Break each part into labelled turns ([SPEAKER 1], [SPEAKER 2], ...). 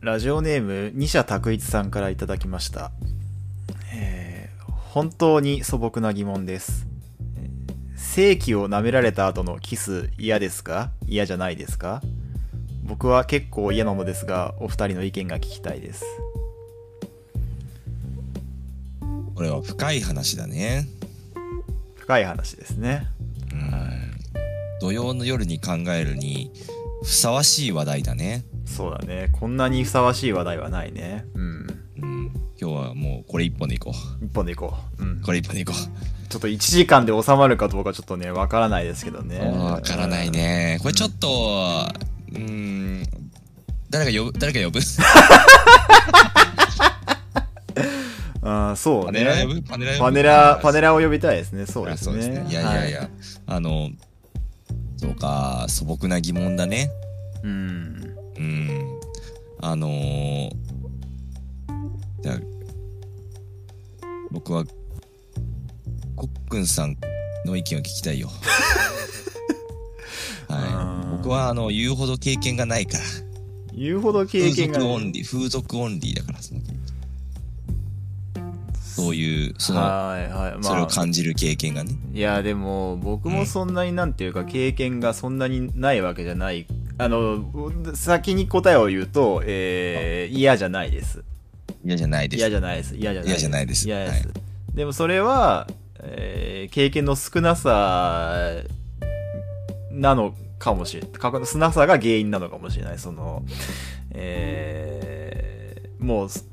[SPEAKER 1] ラジオネーム二者択一さんからいただきました、えー本当に素朴な疑問ですえー性器を舐められた後のキス嫌ですか嫌じゃないですか僕は結構嫌なのですがお二人の意見が聞きたいです
[SPEAKER 2] これは深い話だね。
[SPEAKER 1] 深い話ですね
[SPEAKER 2] うん。土曜の夜に考えるに、ふさわしい話題だね。
[SPEAKER 1] そうだねこんなにふさわしい話題はないねうん
[SPEAKER 2] うん。今日はもうこれ一本でいこう。
[SPEAKER 1] 一本でいこう、うん、
[SPEAKER 2] これ一本でいこう。
[SPEAKER 1] ちょっと1時間で収まるかどうかちょっとねわからないですけどね
[SPEAKER 2] わからないね。これちょっと、うーん、誰が呼ぶ誰が呼ぶ
[SPEAKER 1] あーそう
[SPEAKER 2] パ
[SPEAKER 1] ね
[SPEAKER 2] ネラー呼ぶパネラー呼ぶ
[SPEAKER 1] パネラー、パネラーを呼びたいですね。そうです
[SPEAKER 2] そう
[SPEAKER 1] ね。
[SPEAKER 2] ですね。いやいやいや、
[SPEAKER 1] は
[SPEAKER 2] あの、そうか、素朴な疑問だね。
[SPEAKER 1] うん。
[SPEAKER 2] うん。あのー、じゃあ僕は、コックンさんの意見を聞きた いよ。
[SPEAKER 1] あ
[SPEAKER 2] は
[SPEAKER 1] ー
[SPEAKER 2] い。僕は、あの、言うほど経験がないから。
[SPEAKER 1] 言うほど経
[SPEAKER 2] 風
[SPEAKER 1] 験が
[SPEAKER 2] 俗
[SPEAKER 1] ない、
[SPEAKER 2] オンリー、風俗オンリーだから、そのそういう、その、
[SPEAKER 1] はいはい。
[SPEAKER 2] それ
[SPEAKER 1] ま
[SPEAKER 2] を
[SPEAKER 1] あ、
[SPEAKER 2] 感じる経験がね。
[SPEAKER 1] いや、でも、僕もそんなになんていうか、経験がそんなにないわけじゃない。あの、先に答えを言うと、えー、嫌じゃないです。
[SPEAKER 2] 嫌じゃないです。
[SPEAKER 1] 嫌じゃないです。嫌じゃない
[SPEAKER 2] 嫌じゃないです
[SPEAKER 1] 嫌です。でも、それは、えー経験の少なさ、なのかもしれない。少なさが原因なのかもしれない。その、えーもう、す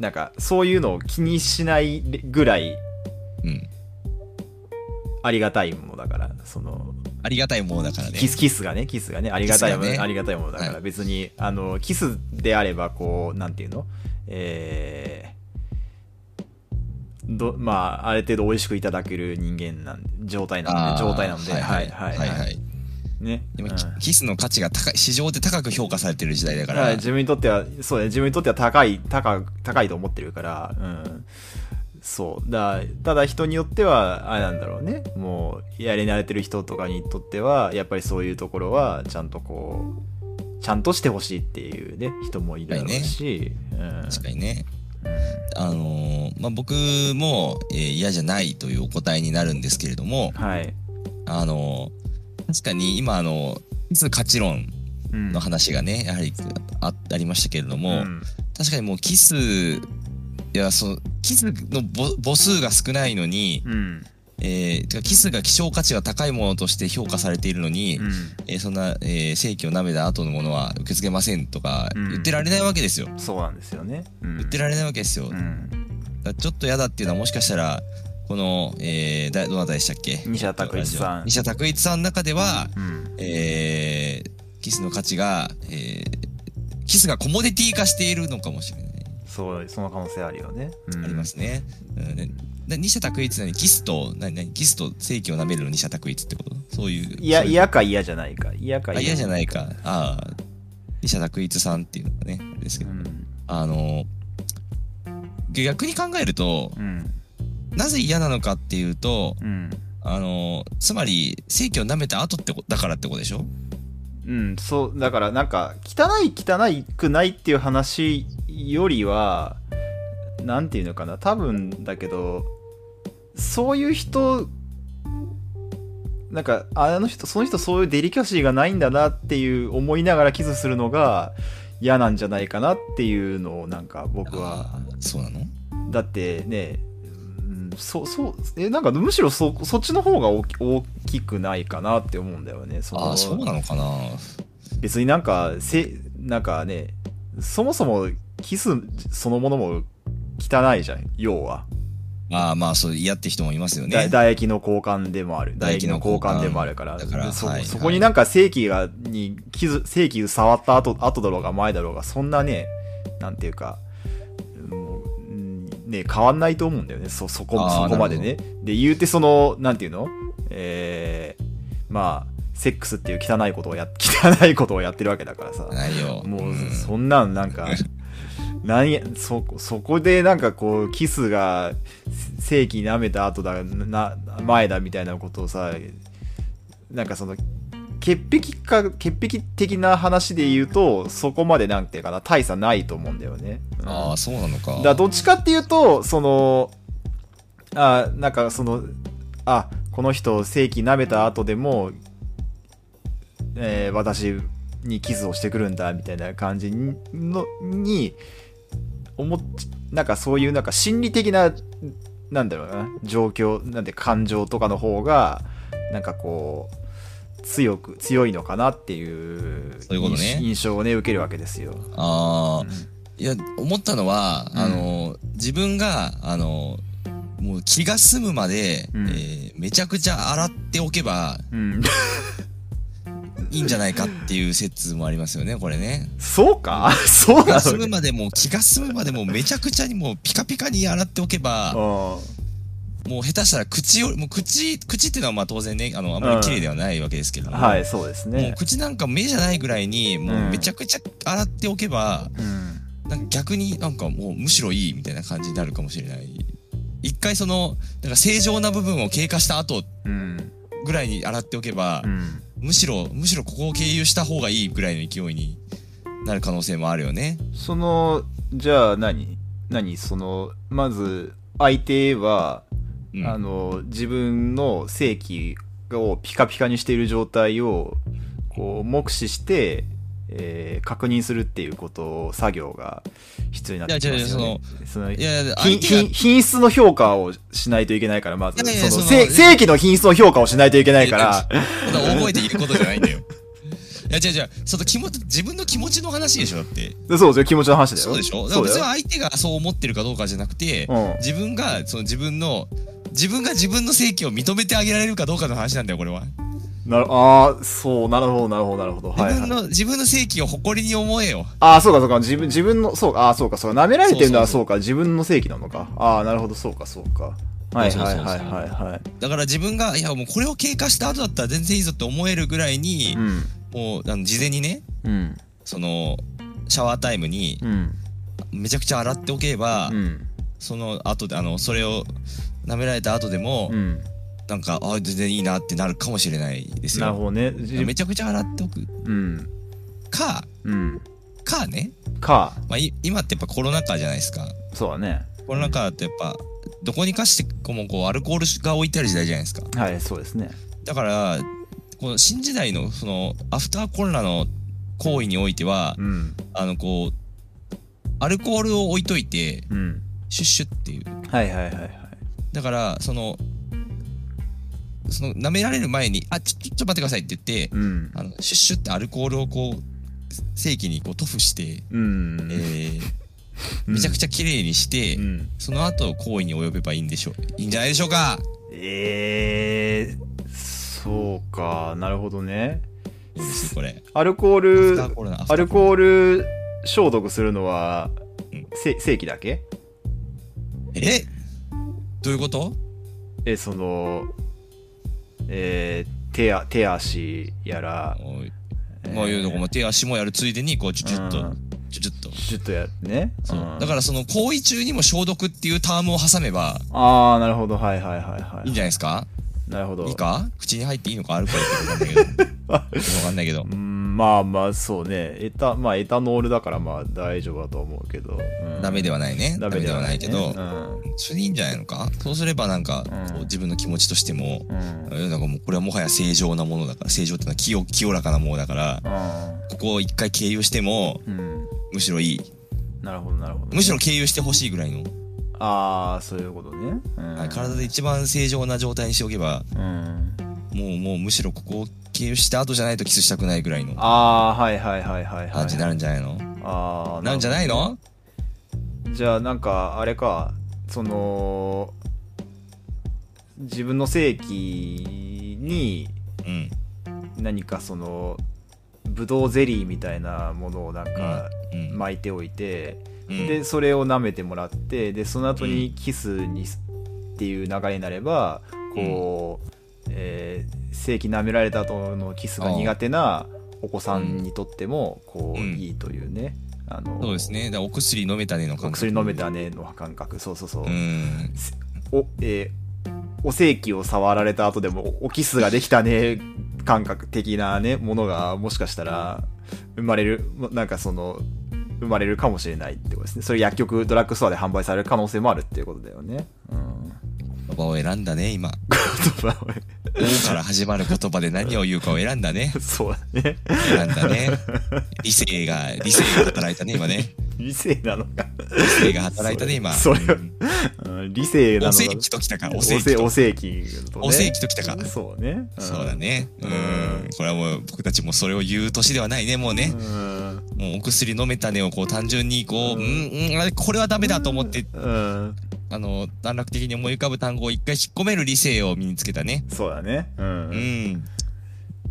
[SPEAKER 1] なんか、そういうのを気にしないぐらい
[SPEAKER 2] うん。
[SPEAKER 1] ありがたいものだから、その、
[SPEAKER 2] ありがたいものだからね
[SPEAKER 1] キ。ス、キスがね、キスがね、ありがたいも
[SPEAKER 2] キス
[SPEAKER 1] の、
[SPEAKER 2] がね
[SPEAKER 1] ありがたいものだから、
[SPEAKER 2] はい
[SPEAKER 1] 別に、あの、キスであれば、こう、なんていうのえー、どまあ、ある程度美味しくいただける人間なんで、状態なん
[SPEAKER 2] あ
[SPEAKER 1] で、
[SPEAKER 2] ー
[SPEAKER 1] 状態なんで、はいはいはい。
[SPEAKER 2] はいはい。
[SPEAKER 1] ね。
[SPEAKER 2] でも、
[SPEAKER 1] うん
[SPEAKER 2] キキスの価値が高い、市場で高く評価されてる時代だか
[SPEAKER 1] はい
[SPEAKER 2] ら、
[SPEAKER 1] 自分にとっては、そうね、自分にとっては高い、高く、高いと思ってるから、うん。そう。だ、ただ人によっては、あれなんだろうね。もう、やり慣れてる人とかにとっては、やっぱりそういうところは、ちゃんとこう、ちゃんとしてほしいっていうね、人もいるだろうし、うん
[SPEAKER 2] 確かにね。あのーまあ、僕も、えー嫌じゃないというお答えになるんですけれども、
[SPEAKER 1] はい。
[SPEAKER 2] あのー確かに今、あの、キス価値論
[SPEAKER 1] うん
[SPEAKER 2] の話がね、やはりあありましたけれど
[SPEAKER 1] う
[SPEAKER 2] も、
[SPEAKER 1] ん
[SPEAKER 2] 確かにもうキス、いや、そう、キスのぼ母数が少ないのに、
[SPEAKER 1] うん。
[SPEAKER 2] えー、てかキスが希少価値が高いものとして評価されているのに、
[SPEAKER 1] うん。
[SPEAKER 2] えーそんな、えー、正規を舐めた後のものは受け付けませんとか
[SPEAKER 1] うん
[SPEAKER 2] 言ってられないわけですよ。
[SPEAKER 1] そうなんですよね。うん。
[SPEAKER 2] 言ってられないわけですよ。だ
[SPEAKER 1] う
[SPEAKER 2] か
[SPEAKER 1] ん。
[SPEAKER 2] らちょっと嫌だっていうのはもしかしたら、この、えー、だどなたでしたっけ
[SPEAKER 1] 西田拓一さん
[SPEAKER 2] 西田拓一さんの中では、
[SPEAKER 1] うん。
[SPEAKER 2] えー、キスの価値が、えー、キスがコモディティ化しているのかもしれない。
[SPEAKER 1] そう、その可能性あるよね。うん
[SPEAKER 2] ありますね。うんでで二者択一なのにキスと、何何キスと正規を舐めるの二者択一ってことそういう。
[SPEAKER 1] いや、
[SPEAKER 2] そうう
[SPEAKER 1] 嫌か嫌じゃないか。嫌か
[SPEAKER 2] あ嫌じゃ
[SPEAKER 1] い。
[SPEAKER 2] ないか。ああ。二者択一さんっていうのがね、あれですけ
[SPEAKER 1] う
[SPEAKER 2] ど。
[SPEAKER 1] ん。
[SPEAKER 2] あの、逆に考えると、
[SPEAKER 1] うん。
[SPEAKER 2] なぜ嫌なのかっていうと、
[SPEAKER 1] うん。
[SPEAKER 2] あの、つまり、正規を舐めた後ってこと、だからってことでしょ
[SPEAKER 1] うん、そう、だからなんか、汚い汚いくないっていう話よりは、なんていうのかな、多分だけど、そういう人、なんか、あの人、その人そういうデリカシーがないんだなっていう思いながらキスするのが嫌なんじゃないかなっていうのをなんか僕は
[SPEAKER 2] あーそうなの
[SPEAKER 1] だってね、うん、そうそうえなんかむしろそそっちの方が大き大きくないかなって思うんだよねその
[SPEAKER 2] ああ、そうなのかな
[SPEAKER 1] 別になんかせなんかねそもそもキスそのものも汚いじゃん要は、
[SPEAKER 2] ああ、まあ、そう、嫌って人もいますよ
[SPEAKER 1] だ
[SPEAKER 2] ね。
[SPEAKER 1] 唾液の交換でもある唾
[SPEAKER 2] 唾
[SPEAKER 1] 液
[SPEAKER 2] 液
[SPEAKER 1] の
[SPEAKER 2] の
[SPEAKER 1] 交
[SPEAKER 2] 交換
[SPEAKER 1] 換でもあるから
[SPEAKER 2] だから
[SPEAKER 1] そ
[SPEAKER 2] はい
[SPEAKER 1] そこになんか正規がにキス正規触った後後だろうが前だろうがそんなねなんていうかもううんね変わんないと思うんだよねそそこ
[SPEAKER 2] あー
[SPEAKER 1] そこまでねで言うてそのなんていうのえー、まあセックスっていう汚いことをや汚いことをやってるわけだからさ、
[SPEAKER 2] ないよ。
[SPEAKER 1] もう、
[SPEAKER 2] ん
[SPEAKER 1] そんなん、なんか、なんや、そ、そこでなんかこう、キスが、正規舐めた後だ、な、前だみたいなことをさ、なんかその、潔癖か潔癖的な話で言うとそこまでなんていうかな大差ないと思うんだよね。うん
[SPEAKER 2] ああ、そうなのか。
[SPEAKER 1] だからどっちかっていうとそのあなんかそのあこの人正規舐めた後でも、えー私にキスをしてくるんだみたいな感じにのに思っなんかそういうなんか心理的ななんだろうな状況なんで感情とかの方がなんかこう強く強いのかなっていう
[SPEAKER 2] そういうことね
[SPEAKER 1] 印印象をね受けるわけですよ。
[SPEAKER 2] ああ、
[SPEAKER 1] う
[SPEAKER 2] いや、思ったのは、
[SPEAKER 1] うん
[SPEAKER 2] あの、自分が、あの、もう気が済むまで、
[SPEAKER 1] うん
[SPEAKER 2] えーめちゃくちゃ洗っておけば
[SPEAKER 1] ん うん、
[SPEAKER 2] いいんじゃないかっていう説もありますよね、これね。
[SPEAKER 1] そうか そう
[SPEAKER 2] 気
[SPEAKER 1] な
[SPEAKER 2] が
[SPEAKER 1] の
[SPEAKER 2] 済むまでもう気が済むまでもうめちゃくちゃにもうピカピカに洗っておけば、
[SPEAKER 1] うん
[SPEAKER 2] もう下手したら口より、もう口、口っていうのはまあ当然ね、あの、あんまり綺麗ではないわけですけども、
[SPEAKER 1] はい、そうです
[SPEAKER 2] もう
[SPEAKER 1] ね。
[SPEAKER 2] 口なんか目じゃないぐらいに、もううんめちゃくちゃ洗っておけば、
[SPEAKER 1] うん。
[SPEAKER 2] なんか逆になんかもうむしろいいみたいな感じになるかもしれない。一回その、なんか正常な部分を経過した後
[SPEAKER 1] うん。
[SPEAKER 2] ぐらいに洗っておけば、
[SPEAKER 1] うん。
[SPEAKER 2] むしろ、むしろここを経由した方がいいぐらいの勢いになる可能性もあるよね。
[SPEAKER 1] その、じゃあ何何その、まず、相手は、
[SPEAKER 2] うん。
[SPEAKER 1] あの、自分の性器をピカピカにしている状態を、こう、目視して、えー確認するっていうことを、作業が必要になってきますよ
[SPEAKER 2] いや違
[SPEAKER 1] ね
[SPEAKER 2] う。
[SPEAKER 1] その
[SPEAKER 2] いやいや、
[SPEAKER 1] 品
[SPEAKER 2] 相手が
[SPEAKER 1] 品品質の評価をしないといけないから、まず、
[SPEAKER 2] いやいや
[SPEAKER 1] その
[SPEAKER 2] その
[SPEAKER 1] せ正規の品質の評価をしないといけないから、
[SPEAKER 2] ただ覚えていることじゃないんだよ。いや、違う違う、その気持ち、自分の気持ちの話でしょ、だって。
[SPEAKER 1] そうですよ、気持ちの話だよ。
[SPEAKER 2] そうでしょだか
[SPEAKER 1] そ
[SPEAKER 2] ら
[SPEAKER 1] う
[SPEAKER 2] 別
[SPEAKER 1] だ
[SPEAKER 2] に
[SPEAKER 1] よ。
[SPEAKER 2] 相手がそう思ってるかどうかじゃなくて、
[SPEAKER 1] うん
[SPEAKER 2] 自分が、その自分の、自分が自分の正規を認めてあげられるかどうかの話なんだよ、これは。
[SPEAKER 1] なるああそうなるほどなるほどなるほどはい、
[SPEAKER 2] 自
[SPEAKER 1] は
[SPEAKER 2] 分
[SPEAKER 1] い、
[SPEAKER 2] の、自分の正規を誇りに思えよ。
[SPEAKER 1] ああそうかそうか自分自分のそうかああそうかそうか舐められてるのは
[SPEAKER 2] そ
[SPEAKER 1] そうか自分の正義なのかああなるほどそうかそうかはい
[SPEAKER 2] そう
[SPEAKER 1] は
[SPEAKER 2] そ
[SPEAKER 1] い
[SPEAKER 2] うそう
[SPEAKER 1] はいはいは
[SPEAKER 2] だから自分が、いや、もうこれを経過した後だったら全然いいぞって思えるぐらい
[SPEAKER 1] い
[SPEAKER 2] に
[SPEAKER 1] う、ん
[SPEAKER 2] もう、あの、事前にね、
[SPEAKER 1] うん
[SPEAKER 2] その、シャワータイムに
[SPEAKER 1] うん
[SPEAKER 2] めちゃくちゃ洗っておけば、
[SPEAKER 1] うん
[SPEAKER 2] その後であのそれを舐められた後でも、
[SPEAKER 1] うん
[SPEAKER 2] なんか、あ全然いいなってなるかもしれないですよ。
[SPEAKER 1] なるほどねじ
[SPEAKER 2] めちゃくちゃ洗っておく
[SPEAKER 1] うん
[SPEAKER 2] か、
[SPEAKER 1] うん
[SPEAKER 2] かね。
[SPEAKER 1] か
[SPEAKER 2] まあ、い今ってやっぱコロナ禍じゃないですか。
[SPEAKER 1] そうだね
[SPEAKER 2] コロナ禍ってやっぱ、どこにかしてこうもこうアルコールが置いてある時代じゃないですか。
[SPEAKER 1] はいそうですね
[SPEAKER 2] だから、この新時代のそのアフターコロナの行為においては、
[SPEAKER 1] うん
[SPEAKER 2] あのこう、アルコールを置いといて、
[SPEAKER 1] うん
[SPEAKER 2] シュッシュッっていう。
[SPEAKER 1] はいはいはいはい
[SPEAKER 2] だから、その、その舐められる前に、あ、ちょ、ちょ、ちょっと待ってくださいって言って、
[SPEAKER 1] うん
[SPEAKER 2] あの、シュッシュってアルコールをこう、正規にこう、塗布して、
[SPEAKER 1] うん
[SPEAKER 2] えー、めちゃく
[SPEAKER 1] ち
[SPEAKER 2] ちゃ綺麗にして、
[SPEAKER 1] うん
[SPEAKER 2] その後、行為に及べばいいんでしょう。いいんじゃないでしょうか
[SPEAKER 1] えー、そうかなるほどね
[SPEAKER 2] どうですこれ。
[SPEAKER 1] アルコール
[SPEAKER 2] アフターコロナ
[SPEAKER 1] アルコール消毒するのは
[SPEAKER 2] うん、
[SPEAKER 1] せ正規だけ
[SPEAKER 2] えどういうこと
[SPEAKER 1] え、その、えー手や、手足やら、
[SPEAKER 2] もう、
[SPEAKER 1] えー
[SPEAKER 2] もういうとこも手足もやるついでに、こう、ちょ、ちょっ
[SPEAKER 1] う
[SPEAKER 2] と
[SPEAKER 1] ん、
[SPEAKER 2] ちょ、ちょっと。
[SPEAKER 1] シュッとやってね。
[SPEAKER 2] そう。だ
[SPEAKER 1] ら。
[SPEAKER 2] から、その、行為中にも消毒っていうタームを挟めば、
[SPEAKER 1] ああ、なるほど。はいはいはいはい
[SPEAKER 2] いいんじ
[SPEAKER 1] い。
[SPEAKER 2] ゃないですか
[SPEAKER 1] なるほど。
[SPEAKER 2] いいか口に入っていいのかアルコールってわかんないけど。わかんないけど
[SPEAKER 1] う。ん、まあまあ、そうね。エタ、まあ、エタノールだからまあ大丈夫だと思うけど。うん
[SPEAKER 2] ダメではないね。ダ
[SPEAKER 1] ダ
[SPEAKER 2] メ
[SPEAKER 1] メ
[SPEAKER 2] で
[SPEAKER 1] で
[SPEAKER 2] は
[SPEAKER 1] は
[SPEAKER 2] な
[SPEAKER 1] ないい
[SPEAKER 2] け
[SPEAKER 1] ねう、
[SPEAKER 2] ど
[SPEAKER 1] ん
[SPEAKER 2] それでいいんじゃないのかそうすればなんか、
[SPEAKER 1] うん
[SPEAKER 2] こう自分の気持ちとしても、
[SPEAKER 1] うん。うん。
[SPEAKER 2] なんかもうこれはもはや正常なものだから、正常ってのは清清らかなものだから、ここを一回経由しても、
[SPEAKER 1] うん。
[SPEAKER 2] むしろいい。
[SPEAKER 1] なるほどなるほど。
[SPEAKER 2] むしろ経由してほしいぐらいの、
[SPEAKER 1] ああ、そういうことね。うん
[SPEAKER 2] はい体で一番正常な状態にしておけば、
[SPEAKER 1] うん。
[SPEAKER 2] もうもうむしろここを経由した後じゃないとキスしたくないぐらいの
[SPEAKER 1] ああ、はいはいはいはいは
[SPEAKER 2] 感じに
[SPEAKER 1] い。
[SPEAKER 2] なるんじゃないの
[SPEAKER 1] ああ、
[SPEAKER 2] なんじゃないの
[SPEAKER 1] じゃあなんかあれかその自分の性器に
[SPEAKER 2] うん。
[SPEAKER 1] 何かそのブドウゼリーみたいなものをなんか
[SPEAKER 2] うん。
[SPEAKER 1] 巻いておいて、
[SPEAKER 2] うん、
[SPEAKER 1] でそれを舐めてもらってでその後にキスにすっていう流れになればこう、えー性器舐められた後のキスが苦手なお子さんにとってもこう、
[SPEAKER 2] うん
[SPEAKER 1] いいというね。あの
[SPEAKER 2] そうですね。だからお薬飲めたねの
[SPEAKER 1] お
[SPEAKER 2] 感覚。
[SPEAKER 1] 薬飲めたねの感覚そうそうそう、
[SPEAKER 2] うん。
[SPEAKER 1] お、えーお性器を触られた後でもおおキスができたね感覚的なねものがもしかしたら生まれるもなんかその生まれるかもしれないってことですねそれ薬局ドラッグストアで販売される可能性もあるっていうことだよねうん
[SPEAKER 2] 言葉を選んだね、今。
[SPEAKER 1] 言葉を
[SPEAKER 2] 「お」から始まる言葉で何を言うかを選んだね。
[SPEAKER 1] そうだね
[SPEAKER 2] 選んだ ね。理性が、理性が働いたね、今ね。
[SPEAKER 1] 理性なのか
[SPEAKER 2] 理性が働いたね、今。
[SPEAKER 1] それ
[SPEAKER 2] うん
[SPEAKER 1] うん理性なの
[SPEAKER 2] お
[SPEAKER 1] か
[SPEAKER 2] 世紀ときたか、お
[SPEAKER 1] お
[SPEAKER 2] 世
[SPEAKER 1] 世紀
[SPEAKER 2] 紀と
[SPEAKER 1] お。世紀とね
[SPEAKER 2] お世紀ときたか。
[SPEAKER 1] そうねん
[SPEAKER 2] そうだね。う
[SPEAKER 1] うん
[SPEAKER 2] ん。これはもう僕たちもそれを言う年ではないね、もうね
[SPEAKER 1] う。ん
[SPEAKER 2] もうお薬飲めたねをこう単純にこう、
[SPEAKER 1] う
[SPEAKER 2] うんん、うん、あれこれはダメだと思って、
[SPEAKER 1] うん
[SPEAKER 2] あの、短絡的に思い浮かぶ単語を一回引っ込める理性を身につけたね。
[SPEAKER 1] そうだねうん
[SPEAKER 2] うん。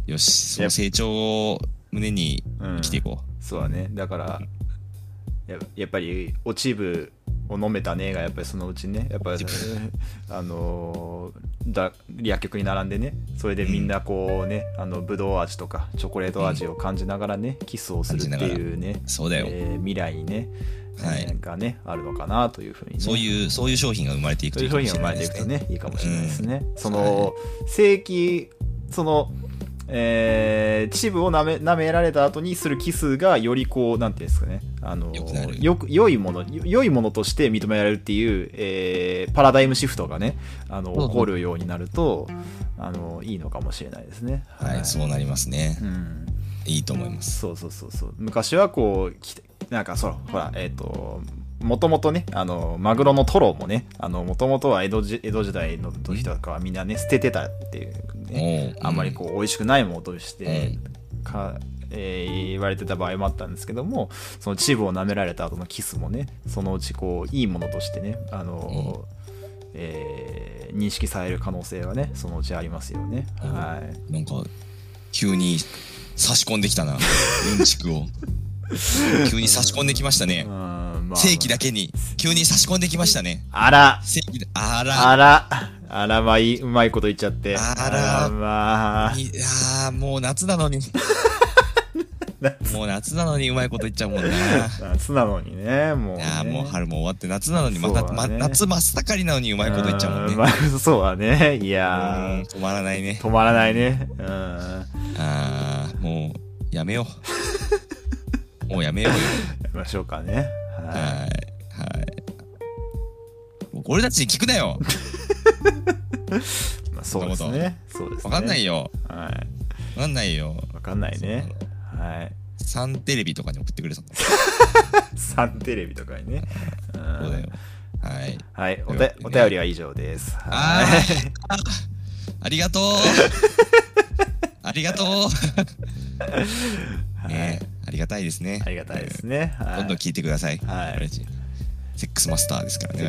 [SPEAKER 2] よし、そ
[SPEAKER 1] や
[SPEAKER 2] の
[SPEAKER 1] っ
[SPEAKER 2] 成長を胸に
[SPEAKER 1] うん
[SPEAKER 2] 生きていこ
[SPEAKER 1] そうだねだからややっぱり「落ちぶを飲めたね」がやっぱりそのうちねやっぱり
[SPEAKER 2] 落ち
[SPEAKER 1] あのーだ薬局に並んでねそれでみんなこうね、あのぶどう味とかチョコレート味を感じながらね、キスをするっていうね
[SPEAKER 2] う。そうだよ。
[SPEAKER 1] えー未来にね、
[SPEAKER 2] はい
[SPEAKER 1] えーがねあるのかなというふうにね
[SPEAKER 2] そういう、そういう商品が生まれていく
[SPEAKER 1] そう
[SPEAKER 2] と
[SPEAKER 1] い
[SPEAKER 2] いうい
[SPEAKER 1] 商
[SPEAKER 2] かも
[SPEAKER 1] 品
[SPEAKER 2] し
[SPEAKER 1] が生
[SPEAKER 2] れ
[SPEAKER 1] ま
[SPEAKER 2] な
[SPEAKER 1] れてい
[SPEAKER 2] いです
[SPEAKER 1] く
[SPEAKER 2] ね。
[SPEAKER 1] とね、いいかもしれないですね。そ
[SPEAKER 2] は
[SPEAKER 1] の、正規、その、えー、秩父をなめ舐められた後にするキスがよりこう、なんていうんですかね、あの
[SPEAKER 2] 良くな、る
[SPEAKER 1] よく、良いもの、よ良いものとして認められるっていう、えー、パラダイムシフトがね、あの、
[SPEAKER 2] そうそう
[SPEAKER 1] 起こるようになると、あの、いいのかもしれないですね。
[SPEAKER 2] はい、
[SPEAKER 1] う。
[SPEAKER 2] そうなりますね。
[SPEAKER 1] うん。
[SPEAKER 2] いいと思います。
[SPEAKER 1] そうそうそうそう昔はこうきなんかそうほらえっ、ともともとねあのマグロのトロもねもともとは江戸じ江戸時代の時とかはみんなね捨ててたっていう、ね、
[SPEAKER 2] おう
[SPEAKER 1] あんまりこう美味しくないものとして
[SPEAKER 2] う
[SPEAKER 1] か、えー言われてた場合もあったんですけどもそのチブを舐められた後のキスもねそのうちこういいものとしてねあの、えー認識される可能性はねそのうちありますよね、
[SPEAKER 2] うん
[SPEAKER 1] はい
[SPEAKER 2] なんか、急に差し込んできたな、うんちくを。 急に差し込んできましたね
[SPEAKER 1] うん。まあ
[SPEAKER 2] 正規だけに、急に差し込んできましたね。
[SPEAKER 1] あら
[SPEAKER 2] 正規だ、あら、
[SPEAKER 1] あら、あらまあいい、うまいこと言っちゃって。
[SPEAKER 2] あら
[SPEAKER 1] まあ、
[SPEAKER 2] いやー、もう夏な のに。もう夏なのにうまいこと言っちゃうもんな。い
[SPEAKER 1] 夏なのにね、もう、ね。
[SPEAKER 2] やーもう春も終わって夏なのにまた、
[SPEAKER 1] そう
[SPEAKER 2] ま
[SPEAKER 1] だね
[SPEAKER 2] 夏真っ盛りなのにうまいこと言っちゃうもんね。
[SPEAKER 1] んまあそうだね。いうや
[SPEAKER 2] ーん
[SPEAKER 1] ー、
[SPEAKER 2] 止まらないね。
[SPEAKER 1] 止まらないね。うん。
[SPEAKER 2] あー、もうやめよ う。もうやめようよ。
[SPEAKER 1] やりましょうかね。は
[SPEAKER 2] はい。はい。もう俺たちに聞くなよ。
[SPEAKER 1] い。まあ、そうですね。そうです
[SPEAKER 2] わ
[SPEAKER 1] ね。
[SPEAKER 2] かんない。よ。
[SPEAKER 1] は
[SPEAKER 2] わかんないよ。
[SPEAKER 1] い。わかんないね。はい。
[SPEAKER 2] サンテレビとかに送ってくれそう。
[SPEAKER 1] サンテレビとかにね。うん
[SPEAKER 2] そうだよ。はい。
[SPEAKER 1] はい。おたお便りは以上です。
[SPEAKER 2] あ
[SPEAKER 1] はい。
[SPEAKER 2] ーあありが とうありがとうねありがたいですね。
[SPEAKER 1] ありがたいですね。
[SPEAKER 2] うん。
[SPEAKER 1] は
[SPEAKER 2] どんどん
[SPEAKER 1] い。
[SPEAKER 2] 聞いてください。
[SPEAKER 1] はい
[SPEAKER 2] 我々セックスマスターですからね、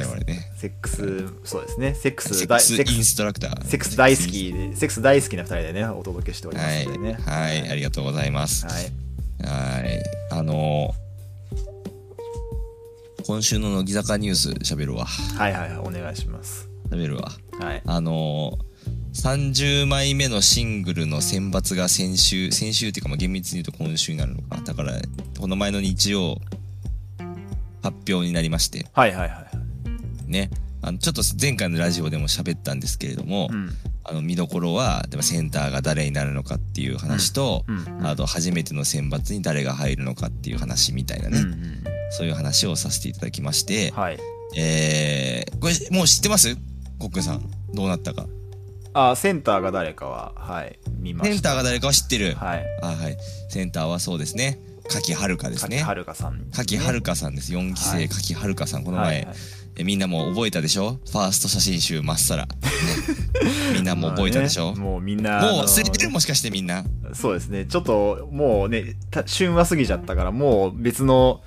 [SPEAKER 1] セッ
[SPEAKER 2] 我
[SPEAKER 1] クス
[SPEAKER 2] 々ね。
[SPEAKER 1] セックス、そうですね。セック
[SPEAKER 2] セ
[SPEAKER 1] ス、
[SPEAKER 2] ック
[SPEAKER 1] だ
[SPEAKER 2] スインストラクター。
[SPEAKER 1] セックス大好
[SPEAKER 2] セック
[SPEAKER 1] きで、セックス大好きな二人でね、お届けしておりま
[SPEAKER 2] スイ
[SPEAKER 1] す
[SPEAKER 2] ン
[SPEAKER 1] の
[SPEAKER 2] ス
[SPEAKER 1] でね。
[SPEAKER 2] はい。はい。ありがとうございます。
[SPEAKER 1] はい。
[SPEAKER 2] はい。あのー今週の乃木坂ニュース喋るわ。
[SPEAKER 1] はいはいはい、お願いします。
[SPEAKER 2] 喋るわ。
[SPEAKER 1] はい。
[SPEAKER 2] あのー、30枚目のシングルの選抜が先週、先週っていうか、まあ、厳密に言うと今週になるのか。だから、この前の日曜、発表になりまして、
[SPEAKER 1] はいはいはい。
[SPEAKER 2] ね。あの、ちょっと前回のラジオでも喋ったんですけれども、
[SPEAKER 1] うん。
[SPEAKER 2] あの、見どころは、でもセンターが誰になるのかっていう話と、
[SPEAKER 1] うん。
[SPEAKER 2] あと、初めての選抜に誰が入るのかっていう話みたいな
[SPEAKER 1] うん
[SPEAKER 2] ね、
[SPEAKER 1] うんうん。
[SPEAKER 2] そういう話をさせていただきまして、
[SPEAKER 1] はい。
[SPEAKER 2] えー、これ、もう知ってますコックンさん。どうなったか。
[SPEAKER 1] あ、センターが誰かは、はい、見ました。
[SPEAKER 2] センターが誰かは知ってる。
[SPEAKER 1] はい。
[SPEAKER 2] あはい。センターはそうですね。柿遥香です
[SPEAKER 1] 柿
[SPEAKER 2] ね。
[SPEAKER 1] はるかさん。
[SPEAKER 2] 柿遥香さんです。4期
[SPEAKER 1] は
[SPEAKER 2] 生
[SPEAKER 1] い
[SPEAKER 2] 柿遥香さん。この前、
[SPEAKER 1] はいはい。
[SPEAKER 2] えみんなもう覚えたでしょファースト写真集まっさ ら。ねみんなもう覚えたでし
[SPEAKER 1] ま
[SPEAKER 2] ょ、
[SPEAKER 1] あねもうみんな。
[SPEAKER 2] もう忘れてるもしかしてみんな。
[SPEAKER 1] あのそうですね。ちょっと、もうね、た旬は過ぎちゃったから、もう別の、